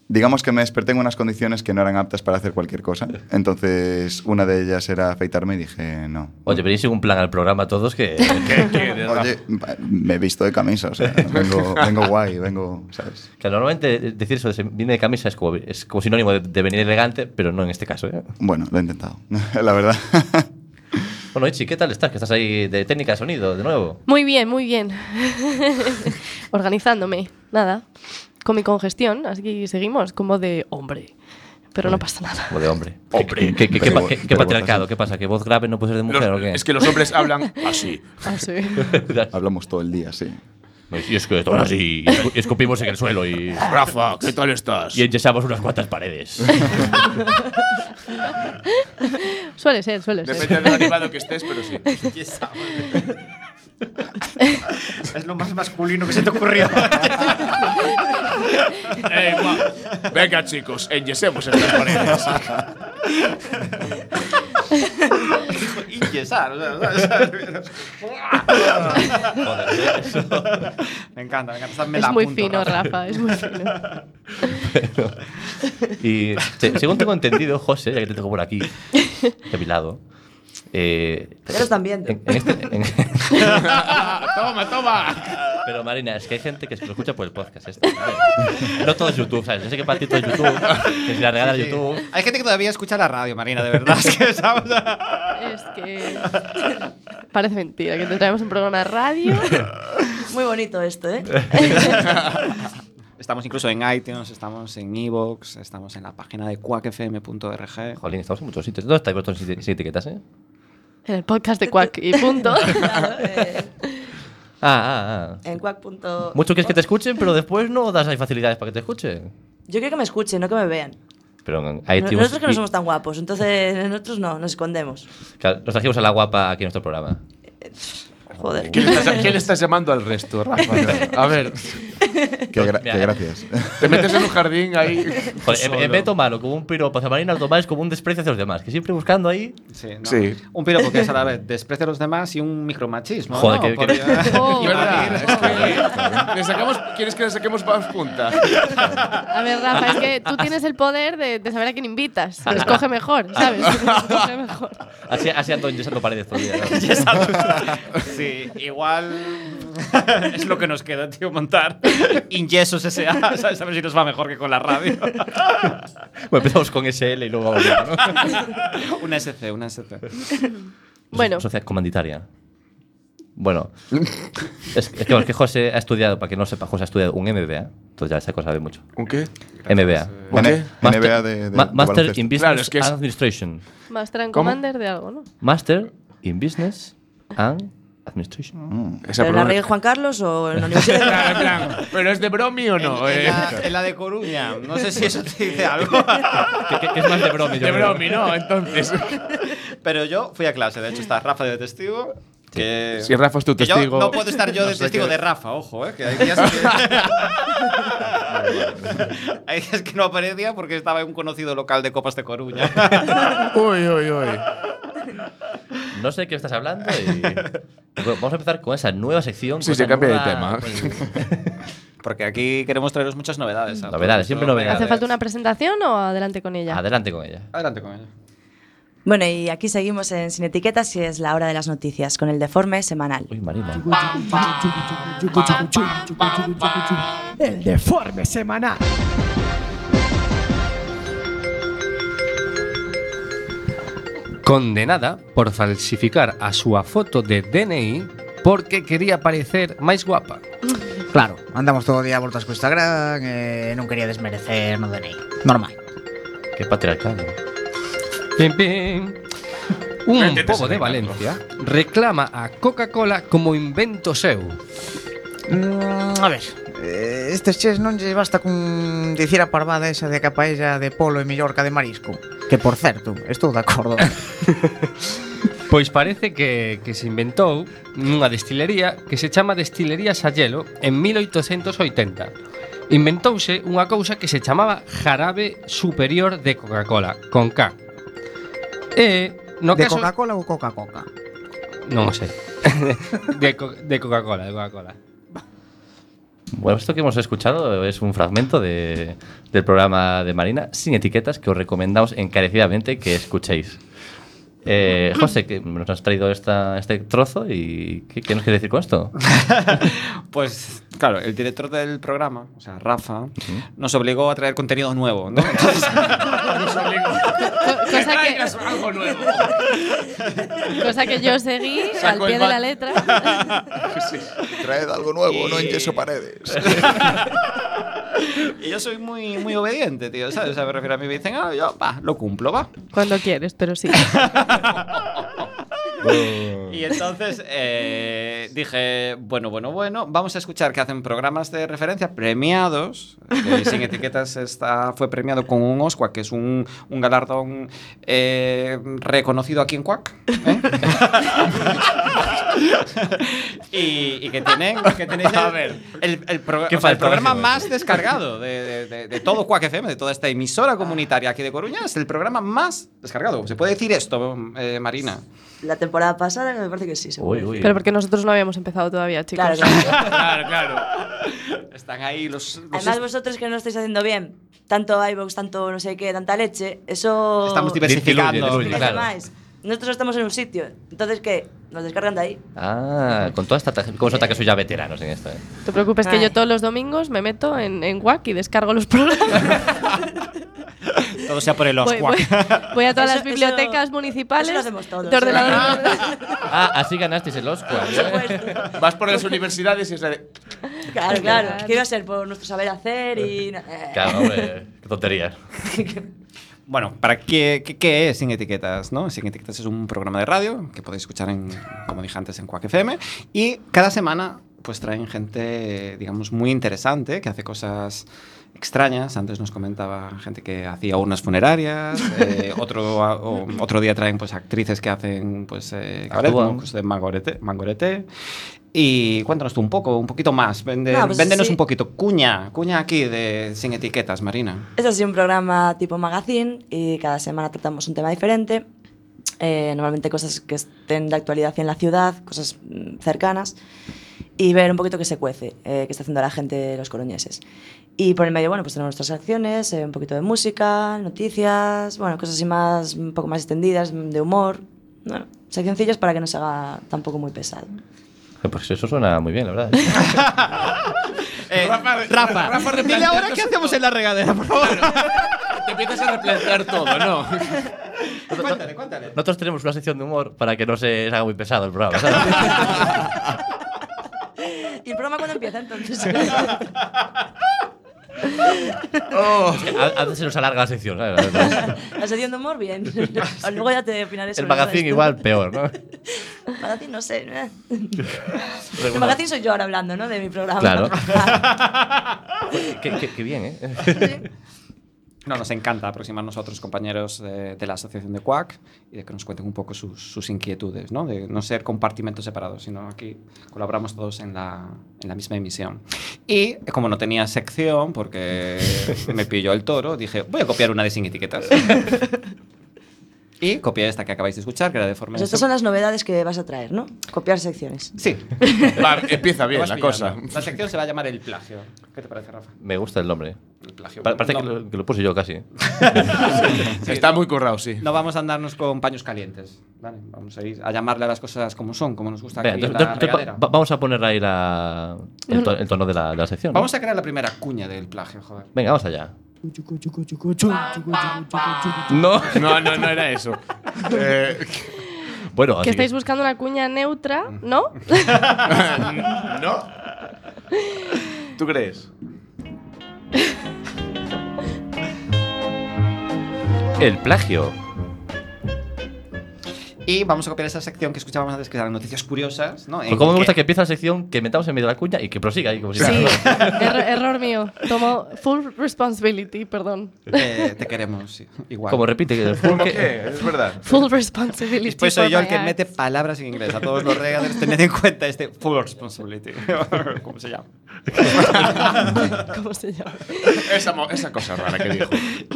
digamos que me desperté en unas condiciones que no eran aptas para hacer cualquier cosa. Entonces, una de ellas era afeitarme y dije, no.
Oye, venís un plan al programa todos que.
Oye, mm. me he visto de camisa, o sea, vengo, vengo guay, vengo, ¿sabes?
Que normalmente decir eso de se- viene de camisa es como, es como sinónimo de, de venir elegante, pero no en este caso. ¿eh?
Bueno, lo he intentado, la verdad.
Bueno, Ichi, ¿qué tal estás? Que estás ahí de técnica de sonido, de nuevo.
Muy bien, muy bien. Organizándome, nada. Con mi congestión, así que seguimos como de hombre. Pero no pasa nada.
Como de hombre. Hombre. ¿Qué, qué- qué-
Pero-
qué- qué
pero
patriarcado? ¿Qué pasa? ¿Que voz grave no puede ser de mujer
Los-
o qué?
es que los hombres hablan así.
Hablamos todo el día, sí.
Y es que todo así, y escu- y escupimos en el suelo y.
Rafa, ¿qué tal estás?
Y enyesamos unas cuantas paredes.
Suele ser, suele ser.
Depende del animado que estés, pero sí.
es lo más masculino que se te ocurrió.
Eh, va. Venga, chicos, enyesemos en las paredes.
Dijo, "Inyesar", o sea, ¿sabes?
Joder, eso.
Me encanta, me encanta. Esta me la
Es muy
apunto,
fino, Rafa, es muy fino.
y se- según tengo entendido, José, ya que te tengo por aquí, de mi lado. Eh,
Ya lo están viendo.
en- en este- en-
toma, toma.
Pero Marina, es que hay gente que se lo escucha por el podcast. Este. No todo es YouTube, ¿sabes? Yo sé que para ti todo es YouTube, que si la regala
Sí, sí.
YouTube.
Hay gente que todavía escucha la radio, Marina, de verdad. Es que, ¿sabes?
Es que. Parece mentira que te traemos un programa de radio.
Muy bonito esto, ¿eh?
Estamos incluso en iTunes, estamos en Evox, estamos en la página de quackfm.org.
Jolín, estamos en muchos sitios. ¿Dónde estáis vosotros sin sin etiquetas, eh?
En el podcast de Quack y punto.
Claro, eh,
Ah, ah, ah.
en cuac punto-
Mucho quieres que te escuchen, pero después no das ahí facilidades para que te escuchen.
Yo quiero que me escuchen, no que me vean.
Pero en
No-
iTunes.
Nosotros que no
y-
somos tan guapos, entonces nosotros no, nos escondemos.
Claro, nos trajimos a la guapa aquí en nuestro programa.
Joder.
¿Qué le estás, qué le estás llamando al resto, Rafa? A ver.
Qué, gra- qué gracias.
Te metes en un jardín ahí.
Joder, em, en- en vez de tomarlo como un piropo hacia Marina, lo tomáis como un desprecio hacia los demás. Que siempre buscando ahí.
Sí, ¿no?
Sí.
Un piropo que es a la vez desprecia a los demás y un micromachismo.
Joder,
¿no?
que- que-
Podría-
Oh.
¿Verdad? Es que le sacamos, ¿Quieres que le saquemos más puntas?
A ver, Rafa, es que tú tienes el poder de, de saber a quién invitas. Escoge mejor, ¿sabes? Escoge mejor.
Así, así ando enyesando paredes todo el día. ¿no?
Sí, igual es lo que nos queda, tío, montar Inyesos S.A. ¿sabes? A ver si nos va mejor que con la radio.
Bueno, empezamos con SL y luego vamos. viendo, ¿no?
Una SC, una SC.
Bueno,
Sociedad comanditaria. Bueno, es, es que, es que José ha estudiado, para que no sepa, José ha estudiado un MBA. Entonces ya esa cosa sabe mucho.
¿Un qué?
MBA.
¿Un qué?
Master-
MBA de- de-
Ma-
de
Master
baloncesto.
in Business
Claro, es que es-
and Administration.
Master and
¿Cómo?
Commander de algo, ¿no?
Master in Business and Administration.
Mm. Esa
¿Pero en la
broma-
Rey Juan Carlos o en la Universidad de
Claro, en plan, ¿Pero es de bromi o no?
En
Eh,
la, en la de Coruña, no sé si eso te dice algo.
Que, que- que es más de broma. yo
de
creo.
bromi, ¿no? Entonces.
Pero yo fui a clase, de hecho está Rafa de testigo. Que,
Sí, Rafa es tu
que yo-
testigo.
no puedo estar yo
No
de
sé
testigo
qué.
de Rafa, ojo, eh, que hay días que. hay días que no aparecía porque estaba en un conocido local de Copas de Coruña.
uy, uy, uy.
No sé de qué estás hablando. y- Bueno, vamos a empezar con esa nueva sección.
Sí,
con
se
esa
cambia de
nueva-
tema.
Porque aquí queremos traeros muchas novedades. a
Novedades,
todos,
siempre
¿no?
novedades.
¿Hace falta una presentación o adelante con ella?
Adelante con ella.
Adelante con ella.
Bueno, y aquí seguimos en Sin Etiquetas y es la hora de las noticias con el deforme semanal.
Uy, Marina.
El deforme semanal.
Condenada por falsificar a súa foto de DNI porque quería parecer máis guapa.
Claro, andamos todo o día a voltas co Instagram e non quería desmerecer no DNI. Normal.
Qué ¿eh? patriarcado.
Pim, pim. Un
Métete
pobo de
ese recato.
Valencia reclama a Coca-Cola como invento seu.
Mm, a ver, eh, estes chés non lle basta con dicir a parvada esa de que a paella de polo é mellor ca de marisco. Que por certo, estou de acordo.
Pois parece que, que se inventou nunha destilería que se chama Destilería Sayelo en 1880. Inventouse unha cousa que se chamaba jarabe superior de Coca-Cola, con K. E no
de
caso...
Coca-Cola ou Coca-Coca?
Non o sei. de, co de Coca-Cola, de Coca-Cola.
Bueno, esto que hemos escuchado es un fragmento de- del programa de Marina sin etiquetas que os recomendamos encarecidamente que escuchéis. Eh, José, que nos has traído esta, este trozo y ¿qué, qué nos quieres decir con esto?
Pues claro, el director del programa, o sea, Rafa, nos obligó a traer contenido nuevo, ¿no? Entonces,
cosa que-
algo nuevo.
Cosa que yo seguí
Saco
al pie
el
de
bat.
la letra.
Traed algo nuevo, no enyeso paredes.
y yo soy muy, muy obediente, tío, ¿sabes? O sea, me refiero a mí, me dicen, ah, yo, va, lo cumplo, va.
Cuando quieres, pero sí.
Y entonces eh, dije, bueno, bueno, bueno, vamos a escuchar que hacen programas de referencia premiados. eh, sin etiquetas está, fue premiado con un Oscar, que es un, un galardón eh, reconocido aquí en Cuac. ¿eh? y, y que tienen, que tenéis el, el- el pro-
Qué
o sea, el
faltoso.
programa más descargado de, de- de- de todo Cuac FM, de toda esta emisora comunitaria aquí de Coruña, es el programa más descargado. ¿Se puede decir esto, eh, Marina?
La temporada pasada me parece que sí. se puede decir.
Pero porque nosotros no habíamos empezado todavía, chicos.
Claro,
claro, claro. Están ahí los. los
Además, vosotros que no estáis haciendo bien, tanto iVoox, tanto no sé qué, tanta leche, eso.
Estamos diversificando. Diluye, diluye,
Diversifica
claro.
más. Nosotros estamos en un sitio, entonces ¿qué? Nos descargan de ahí.
Ah, con toda esta ta- cómo se nota que soy ya veteranos en esto. eh.
No te preocupes Pues que
Ay.
yo todos los domingos me meto en, en WAC y descargo los programas.
todo sea por el
voy, voy- voy a todas
Eso-
las bibliotecas municipales
todos.
de ordenador.
Ah, así ganasteis el Oscar. ¿eh?
Vas por las universidades y es la de.
Claro, claro. Que iba a ser por nuestro saber hacer y. eh.
Claro, hombre, qué tonterías.
Bueno, ¿para qué, qué, qué es Sin Etiquetas? ¿no? Sin Etiquetas es un programa de radio que podéis escuchar, en, como dije antes, en Quack FM. Y cada semana pues traen gente, eh, digamos, muy interesante, que hace cosas extrañas. Antes nos comentaba gente que hacía urnas funerarias. eh, otro, a- o- otro día traen pues actrices que hacen pues eh, cabaret,
Actúan.
¿no? Pues, de mangorete, mangorete. Y cuéntanos tú un poco, un poquito más. Vende,
No, pues
véndenos
sí.
un poquito. Cuña, cuña aquí de Sin Etiquetas, Marina.
Es así un programa tipo magazine y cada semana tratamos un tema diferente. Eh, normalmente cosas que estén de actualidad en la ciudad, cosas mm, cercanas. Y ver un poquito qué se cuece, eh, qué está haciendo la gente de los coruñeses. Y por el medio, bueno, pues tenemos nuestras acciones, eh, un poquito de música, noticias, bueno, cosas así más, un poco más extendidas, mm, de humor. Bueno, seccioncillas para que no se haga tampoco muy pesado.
Pues eso suena muy bien, la verdad.
Eh,
Rafa, Rafa, dile ahora qué hacemos en la regadera, por favor.
Te empiezas a replantear todo, ¿no?
cuéntale, cuéntale.
Nosotros tenemos una sección de humor para que no se haga muy pesado el programa. ¿sabes?
¿Y el programa cuándo empieza entonces?
Es que a, a veces se nos alarga la sección. ¿sabes?
La sección de humor, bien. O Luego ya te opinaré sobre
El magazine
esto.
igual, peor, ¿no?
Magazine no sé. eh. El magazine soy yo ahora hablando, ¿no? De mi programa.
Claro. qué, qué- qué bien, ¿eh?
No, nos encanta aproximarnos a otros compañeros de, de la asociación de CUAC y de que nos cuenten un poco sus, sus inquietudes, ¿no? De no ser compartimentos separados, sino aquí colaboramos todos en la, en la misma emisión. Y como no tenía sección, porque me pilló el toro, dije, voy a copiar una de sin etiquetas. y copié esta que acabáis de escuchar, que era de forma...
Pues estas son las novedades que vas a traer, ¿no? Copiar secciones.
Sí.
Va, empieza bien
Lo vas
la
pillando.
cosa.
La sección se va a llamar El Plagio. ¿Qué te parece, Rafa?
Me gusta el nombre.
El plagio.
Pa- parece
No.
que, lo, que lo puse yo casi. ¿eh?
Está muy currado, sí.
No vamos a andarnos con paños calientes. ¿vale? Vamos a ir a llamarle a las cosas como son, como nos gusta
Venga,
aquí en
entonces-
la
entonces va-
regadera.
va- vamos a poner ahí la, el, to- el tono de la, de la sección. ¿no?
Vamos a crear la primera cuña del plagio, joder.
Venga, vamos allá.
No, no, no, no era eso. Eh,
Ah,
Bueno,
Que
así
estáis buscando una cuña neutra, ¿no?
¿No? ¿Tú crees?
El plagio.
Y vamos a copiar esa sección que escuchábamos antes, que eran noticias curiosas, ¿no?
Pues como me gusta que empieza la sección, que metamos en medio de la cuña y que prosiga ahí como si
Sí.
nada.
Erro- error mío. Tomo full responsibility, perdón.
Eh, te queremos, sí, igual.
Como repite, que- ¿Cómo
qué? Es verdad.
Full responsibility.
Después soy
for
yo el
my
que
act.
mete palabras en inglés. A todos los regaders tened en cuenta este full responsibility. ¿Cómo se llama?
¿Cómo se llama?
Esa, mo- esa cosa rara que dijo.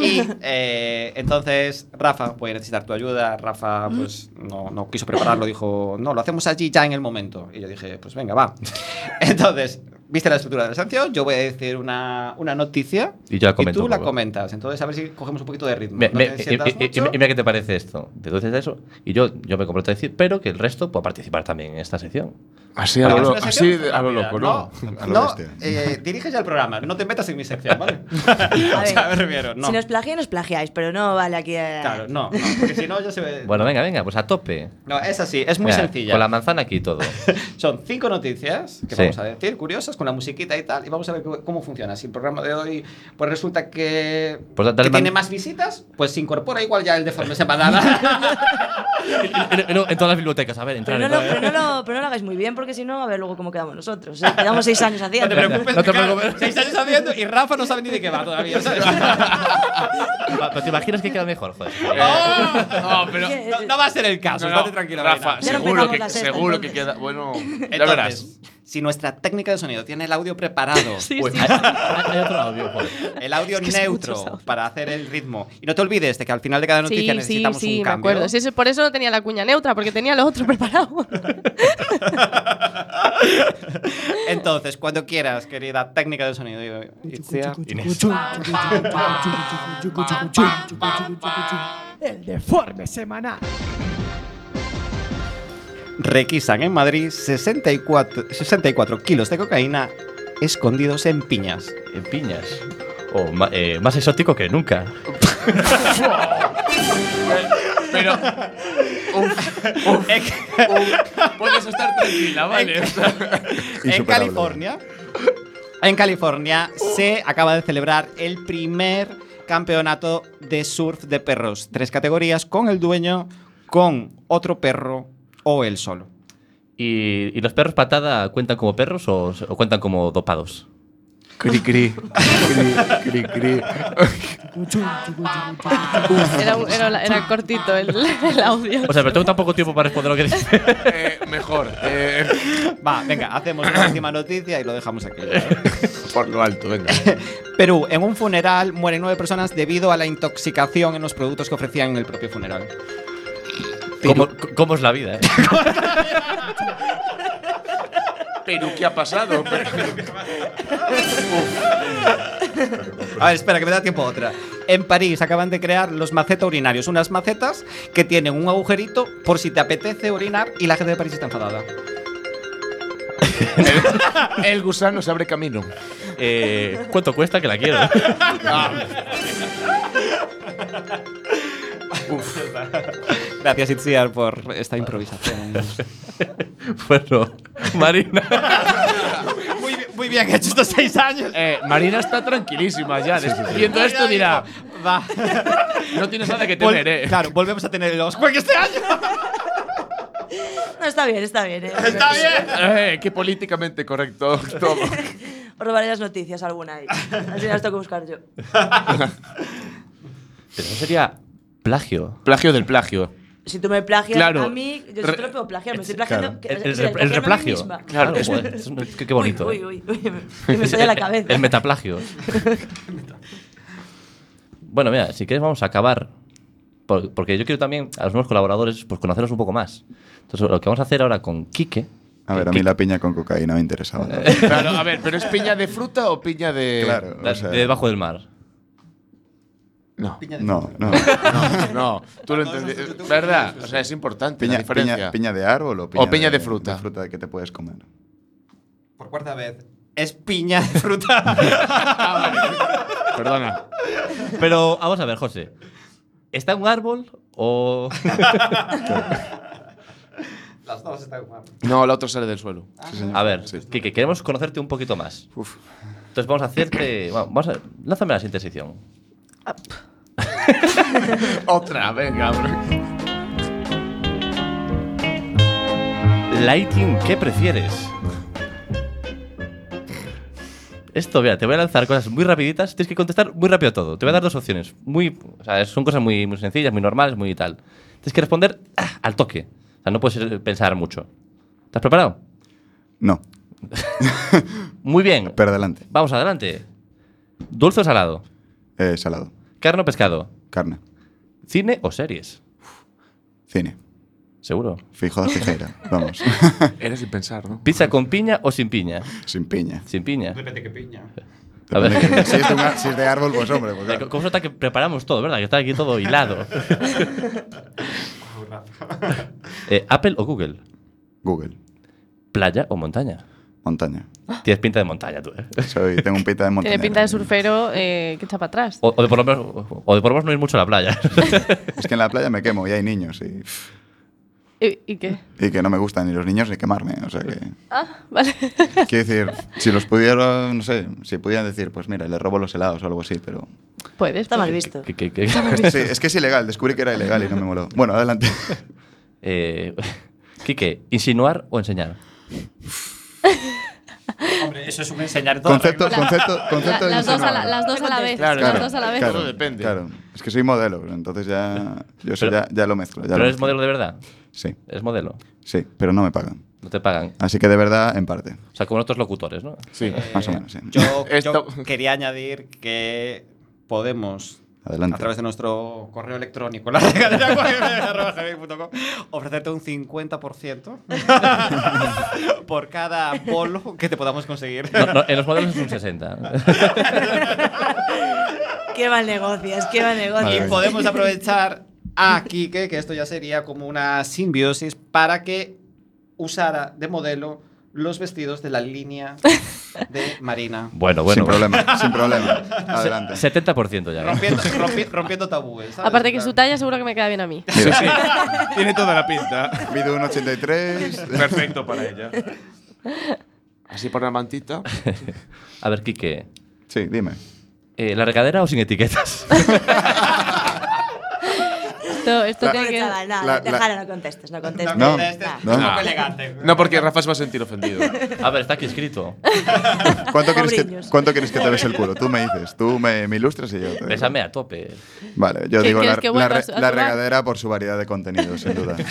Y eh, entonces Rafa puede necesitar tu ayuda. Rafa pues no, no quiso prepararlo, dijo, no, lo hacemos allí ya en el momento. Y yo dije, pues venga, va. Entonces, viste la estructura de la sanción, yo voy a decir una, una noticia
Y yo la comento
tú
un
la
poco.
comentas. Entonces, a ver si cogemos un poquito de ritmo.
Me-
No
me-
te
y-
sientas
y- y- y-
mucho.
mira qué te parece esto. Entonces eso. Y yo, yo me comprometo a decir, pero que el resto pueda participar también en esta sección.
Así a
Vale, es
lo, lo-
una
así
sección
a lo
rápida,
loco, ¿no?
A lo
No,
bestia.
eh, dirige ya el programa, no te metas en mi sección, ¿vale?
A
o sea, me
ver,
refiero, no.
Si nos plagiáis, nos plagiáis, pero no vale aquí. eh.
Claro, no, no, porque si no, yo se ve.
Bueno, venga, venga, pues a tope.
No, es así, es muy
Venga,
sencilla.
Con la manzana aquí y todo.
Son cinco noticias que
Sí.
vamos a decir, curiosas, con la musiquita y tal, y vamos a ver cu- cómo funciona. Si el programa de hoy, pues resulta que,
Pues da- dale
que tiene
man-
más visitas, pues se incorpora igual ya el de forma separada.
en, en- en todas las bibliotecas, a ver, entrar.
Pero no, lo,
entrar,
pero,
eh.
no lo, pero no lo hagáis muy bien, porque si no, a ver luego cómo quedamos nosotros. ¿eh? Quedamos seis años
no
haciendo.
te preocupes,
No te
claro,
preocupes.
seis años haciendo y Rafa no sabe ni de qué va todavía. ¿sabes?
Va, Ah, pero ¿Te imaginas que queda mejor? Joder.
Oh.
Eh, Oh,
No, pero.
No, no va a ser el caso,
No, no,
estate tranquilo.
Rafa,
Reina.
Ya no
seguro
empezamos
que,
la sexta,
seguro que
entonces.
queda. Bueno, ya verás.
Entonces, si nuestra técnica de sonido tiene el audio preparado,
Sí,
Pues
sí.
hay, hay- hay otro audio, joder.
el audio
Es que son muchos
neutro
audios.
para hacer el ritmo. Y no te olvides de que al final de cada noticia
Sí, sí,
necesitamos
sí,
un
me
cambio.
acuerdo. Sí, eso- por eso no tenía la cuña neutra, porque tenía lo otro preparado.
Entonces, cuando quieras, querida técnica de sonido. Itzia.
El deforme semanal.
Requisan en Madrid 64, 64 kilos de cocaína escondidos en piñas.
En piñas. O ma- eh, más exótico que nunca.
Pero. Uf, uf, uf. Puedes estar tranquila, ¿vale? O sea,
En
Insuperable.
California. En California se acaba de celebrar el primer campeonato de surf de perros. Tres categorías con el dueño, con otro perro o él solo.
¿Y, y los perros patada cuentan como perros o, o cuentan como dopados?
Cri, cri. Cri, cri, cri.
Era, un- era- era cortito el, el audio.
O sea, pero tengo tan poco tiempo para responder lo que dices.
Eh, mejor. eh,
Va, venga, hacemos una última noticia y lo dejamos aquí.
por lo alto, venga.
Perú, en un funeral mueren nueve personas debido a la intoxicación en los productos que ofrecían en el propio funeral.
¿Cómo, cómo es la vida? eh?
Pero, ¿qué ha pasado?
A ver, espera, que me da tiempo a otra. En París acaban de crear los maceta urinarios, unas macetas que tienen un agujerito por si te apetece orinar y la gente de París está enfadada.
El, el gusano se abre camino.
Eh, ¿Cuánto cuesta que la quiero?
Gracias, Itziar, por esta improvisación.
bueno, Marina.
muy, bien, muy bien hecho estos seis años.
Eh, Marina está tranquilísima ya. des- Viendo esto dirá,
Va.
no tienes nada que
Vol-
temer, eh.
Claro, volvemos a tener los juegos este año.
No, está bien, está bien. eh.
Está bien. Eh, qué políticamente correcto todo.
Os robaré las noticias alguna. ahí. Así las tengo que buscar yo.
Pero eso sería plagio.
Plagio del plagio.
Si tú me plagias
Claro.
a mí, yo
Re-
te lo puedo plagiar, me estoy
Claro.
plagiando. que-
El, el-
sí,
el
plagiarme a mí
replagio.
misma.
Claro, joder, es un- qué, qué bonito.
Uy,
eh.
uy, uy, uy, me sale la cabeza.
El metaplagio. bueno, mira, si quieres vamos a acabar. Por- Porque yo quiero también a los nuevos colaboradores pues, conocerlos un poco más. Entonces, lo que vamos a hacer ahora con Quique.
A ver, a mí la piña con cocaína me interesaba.
Claro, a ver, ¿pero es piña de fruta o piña de.?
Claro, o sea-
de debajo del mar.
No.
No, no.
No, no, tú lo entendiste. ¿Verdad? O sea, es importante la
Piña,
diferencia.
piña- piña de árbol o piña,
piña de fruta.
de fruta que te puedes comer.
Por cuarta vez. Es piña de fruta.
Ah, Perdona.
Pero vamos a ver, José. ¿Está un árbol o.?
Las dos están guapas.
No, la otra sale del suelo.
Ah. a ver, Quique, queremos conocerte un poquito más. Entonces vamos a hacerte. va- Vamos a, lánzame la siguiente sección.
Otra, venga, bro.
Lighting, ¿qué prefieres? Esto, mira, te voy a lanzar cosas muy rapiditas, tienes que contestar muy rápido todo. Te voy a dar dos opciones. Muy, o sea, son cosas muy, muy sencillas, muy normales, muy tal. Tienes que responder ah, al toque. O sea, no puedes eh, pensar mucho. ¿Estás preparado?
No.
Muy bien.
Pero adelante.
Vamos adelante. ¿Dulce o salado?
Eh, salado.
¿Carne o pescado?
Carne.
¿Cine o series?
Cine.
¿Seguro?
Fijo de Fijeira. Vamos.
Eres sin pensar, ¿no?
¿Pizza con piña o sin piña?
Sin piña.
Sin piña.
Depende qué piña.
A ver.
Depende de que- si es de un ar- si es de árbol, pues hombre, pues claro.
Como nota que preparamos todo, ¿verdad? Que está aquí todo hilado. Eh, ¿Apple o Google?
Google.
¿Playa o montaña?
Montaña.
Tienes pinta de montaña, tú. ¿eh?
Soy, tengo un pinta de montaña.
Tiene pinta de surfero eh, que echa para atrás.
O, o de por lo menos, o de por lo menos no ir mucho a la playa.
Es que en la playa me quemo y hay niños y,
¿Y, y qué?
y que no me gustan ni los niños ni quemarme. O sea que.
Ah, vale.
Quiero decir, si los pudiera, no sé, si pudieran decir, pues mira, le robo los helados o algo así, pero.
Puedes.
Está mal
puedes.
visto.
Que- que- que-
Sí, es que es ilegal, descubrí que era ilegal y no me moló. Bueno, adelante.
Eh, Quique, ¿insinuar o enseñar?
Hombre, eso es un enseñar todo.
Concepto, concepto, Ah, concepto de
las, dos a la,
insinuar.
las dos a la vez.
Claro,
las
claro,
dos a la vez.
claro, Claro, es que soy modelo, entonces ya, yo eso
Pero-
ya, ya lo mezclo. ya
¿Pero
lo
eres
mezclo.
modelo de verdad?
Sí,
¿Eres modelo?
sí, pero no me pagan.
No te pagan.
Así que de verdad, en parte.
O sea, como nosotros locutores, ¿no?
Sí.
Más o menos, sí.
Eh, Yo,
Esto-
yo quería añadir que podemos,
Adelante.
a través de nuestro correo electrónico, la regadera arroba gmail.com, ofrecerte un 50% por cada polo que te podamos conseguir.
No, no, en los modelos es un 60.
Qué mal negocias, qué mal negocias.
Y podemos aprovechar a Quique, que esto ya sería como una simbiosis, para que usara de modelo los vestidos de la línea de Marina.
Bueno, bueno.
Sin problema, sin problema. Adelante.
70% ya. ¿eh?
Rompiendo, rompi- rompiendo tabúes. ¿sabes?
Aparte que
Claro.
su talla seguro que me queda bien a mí.
Mira,
Tiene toda la pinta.
Mido un 83.
Perfecto para ella. Así por la mantita.
A ver, Quique,
Sí, dime.
eh, ¿la regadera o sin etiquetas?
Esto, esto
La-
tiene
Pobre
que...
chaval, nada,
La- la-
déjalo, no contestes, no contestes.
No,
Nah.
no.
Un poco elegante.
No, porque Rafa se va a sentir ofendido.
A ver, está aquí escrito.
¿Cuánto quieres, que,
Pobriños.
¿Cuánto quieres que te ves el culo? Tú me dices, tú me, me ilustras y yo te digo.
Bésame a tope.
Vale, yo
¿Qué
digo la,
quieres que
la
vuelva
re-
a su- a
la
su bar?
regadera por su variedad de contenido, sin duda.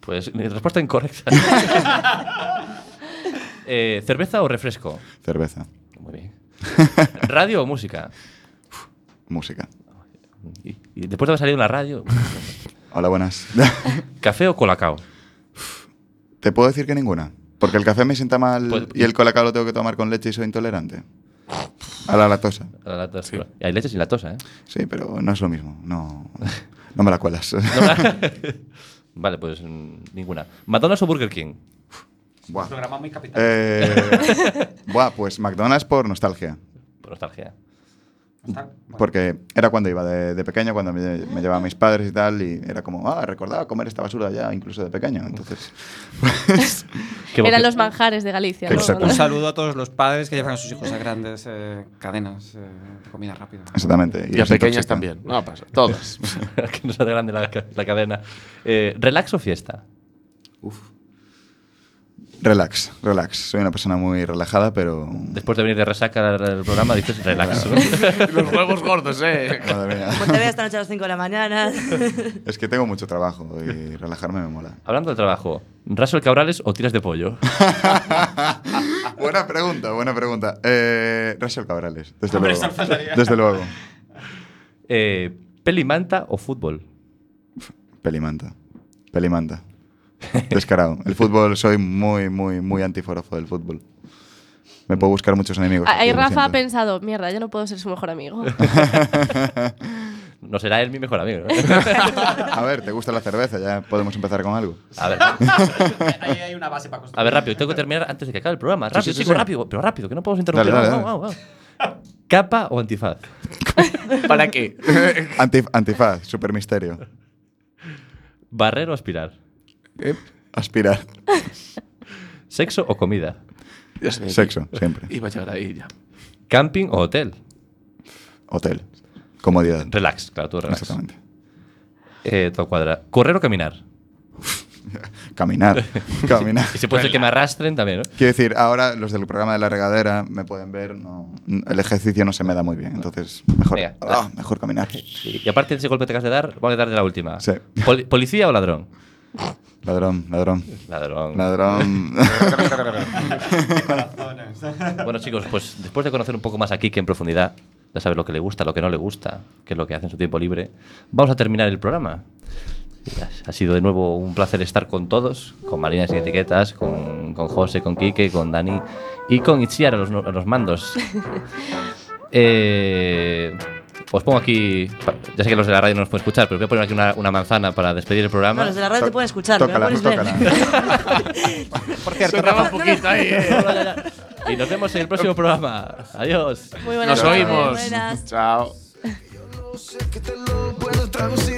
Pues mi respuesta incorrecta. Eh, ¿Cerveza o refresco?
Cerveza,
Muy bien. ¿Radio o música?
música.
Y, y después de haber salido en la radio.
Hola, buenas.
¿Café o colacao?
¿Te puedo decir que ninguna? Porque el café me sienta mal
Pues-
y el colacao lo tengo que tomar con leche y soy intolerante. A la lactosa.
La lactosa. Y Hay leche sin lactosa, ¿eh?
Sí, pero no es lo mismo. No, no me la cuelas.
Vale, pues mm, ninguna. ¿McDonald's o Burger King?
Buah.
Programa muy capital.
Eh, buah, pues McDonald's por nostalgia.
Por nostalgia.
Está- bueno.
Porque era cuando iba de, de pequeño, cuando me, me llevaban mis padres y tal, y era como, ah, recordaba comer esta basura ya incluso de pequeño. Entonces, pues,
Qué
Eran
bo-
los manjares de Galicia.
Qué
¿no?
exacto.
Un saludo a todos los padres que llevan a sus hijos a grandes eh, cadenas eh, de comida rápida.
exactamente.
Y a
os intoxican.
pequeñas también. No
pues,
pasa. Todas.
que nos hace grande la, ca- la cadena. Eh, ¿Relax o fiesta?
Relax, relax. Soy una persona muy relajada, pero...
Después de venir de resaca el programa, dices relax.
Los huevos gordos, eh.
Madre mía.
Montevideo esta noche a las 5 de la mañana.
Es que tengo mucho trabajo y relajarme me mola.
Hablando de trabajo, ¿Russell Cabrales o tiras de pollo?
buena pregunta, buena pregunta. Eh, Rachel Cabrales, desde
Hombre,
luego.
eso faltaría.
Desde luego.
Eh, ¿Pelimanta o fútbol?
Pelimanta. Pelimanta. Descarado. El fútbol, soy muy, muy, muy antiforofo del fútbol. Me puedo buscar muchos enemigos.
Ahí
lo
Rafa ha
siento.
pensado, mierda, yo no puedo ser su mejor amigo.
No será él mi mejor amigo. ¿no?
A ver, ¿te gusta la cerveza? Ya podemos empezar con algo.
A ver.
Ahí hay una base para construir.
A ver, rápido, tengo que terminar antes de que acabe el programa.
Sí,
Rápido,
sí, sí,
chicos,
sí.
rápido, pero rápido, que no podemos interrumpir.
Dale, dale,
Vamos, vamos, vamos. ¿Capa o antifaz?
¿Para qué?
Antif- antifaz, super misterio.
¿Barrer o aspirar?
¿Eh?
Aspirar.
¿Sexo o comida?
Ya sabía que
Sexo, siempre.
Iba a llegar ahí ya.
¿Camping o hotel?
Hotel. Comodidad.
Relax, claro, tú relax.
Exactamente.
Eh, todo cuadra. ¿Correr o caminar?
Caminar. Caminar.
Y se puede ser que me arrastren también, ¿no?
Quiero decir, ahora los del programa de la regadera me pueden ver, no, el ejercicio no se me da muy bien, entonces mejor,
Venga.
ah, mejor caminar.
Y aparte de ese golpe que te acabas de dar, voy a darle la última. Poli- ¿Policía o ladrón?
Ladrón, ladrón.
Ladrón.
Ladrón.
bueno, chicos, pues después de conocer un poco más a Kike en profundidad, ya saber lo que le gusta, lo que no le gusta, qué es lo que hace en su tiempo libre, vamos a terminar el programa. Ha sido de nuevo un placer estar con todos, con Marina sin etiquetas, con, con José, con Quique, con Dani y con Itziar a los, a los mandos. Eh, os pongo aquí, ya sé que los de la radio no nos pueden escuchar, pero voy a poner aquí una, una manzana para despedir el programa.
No, los de la radio te pueden escuchar,
tócala,
pero no puedes ver.
Por cierto, Sonaba Rafa- un poquito ahí, eh.
Y nos vemos en el próximo programa. Adiós.
Nos oímos.
buenas.
Chao.
Yo no sé que te lo puedo traducir.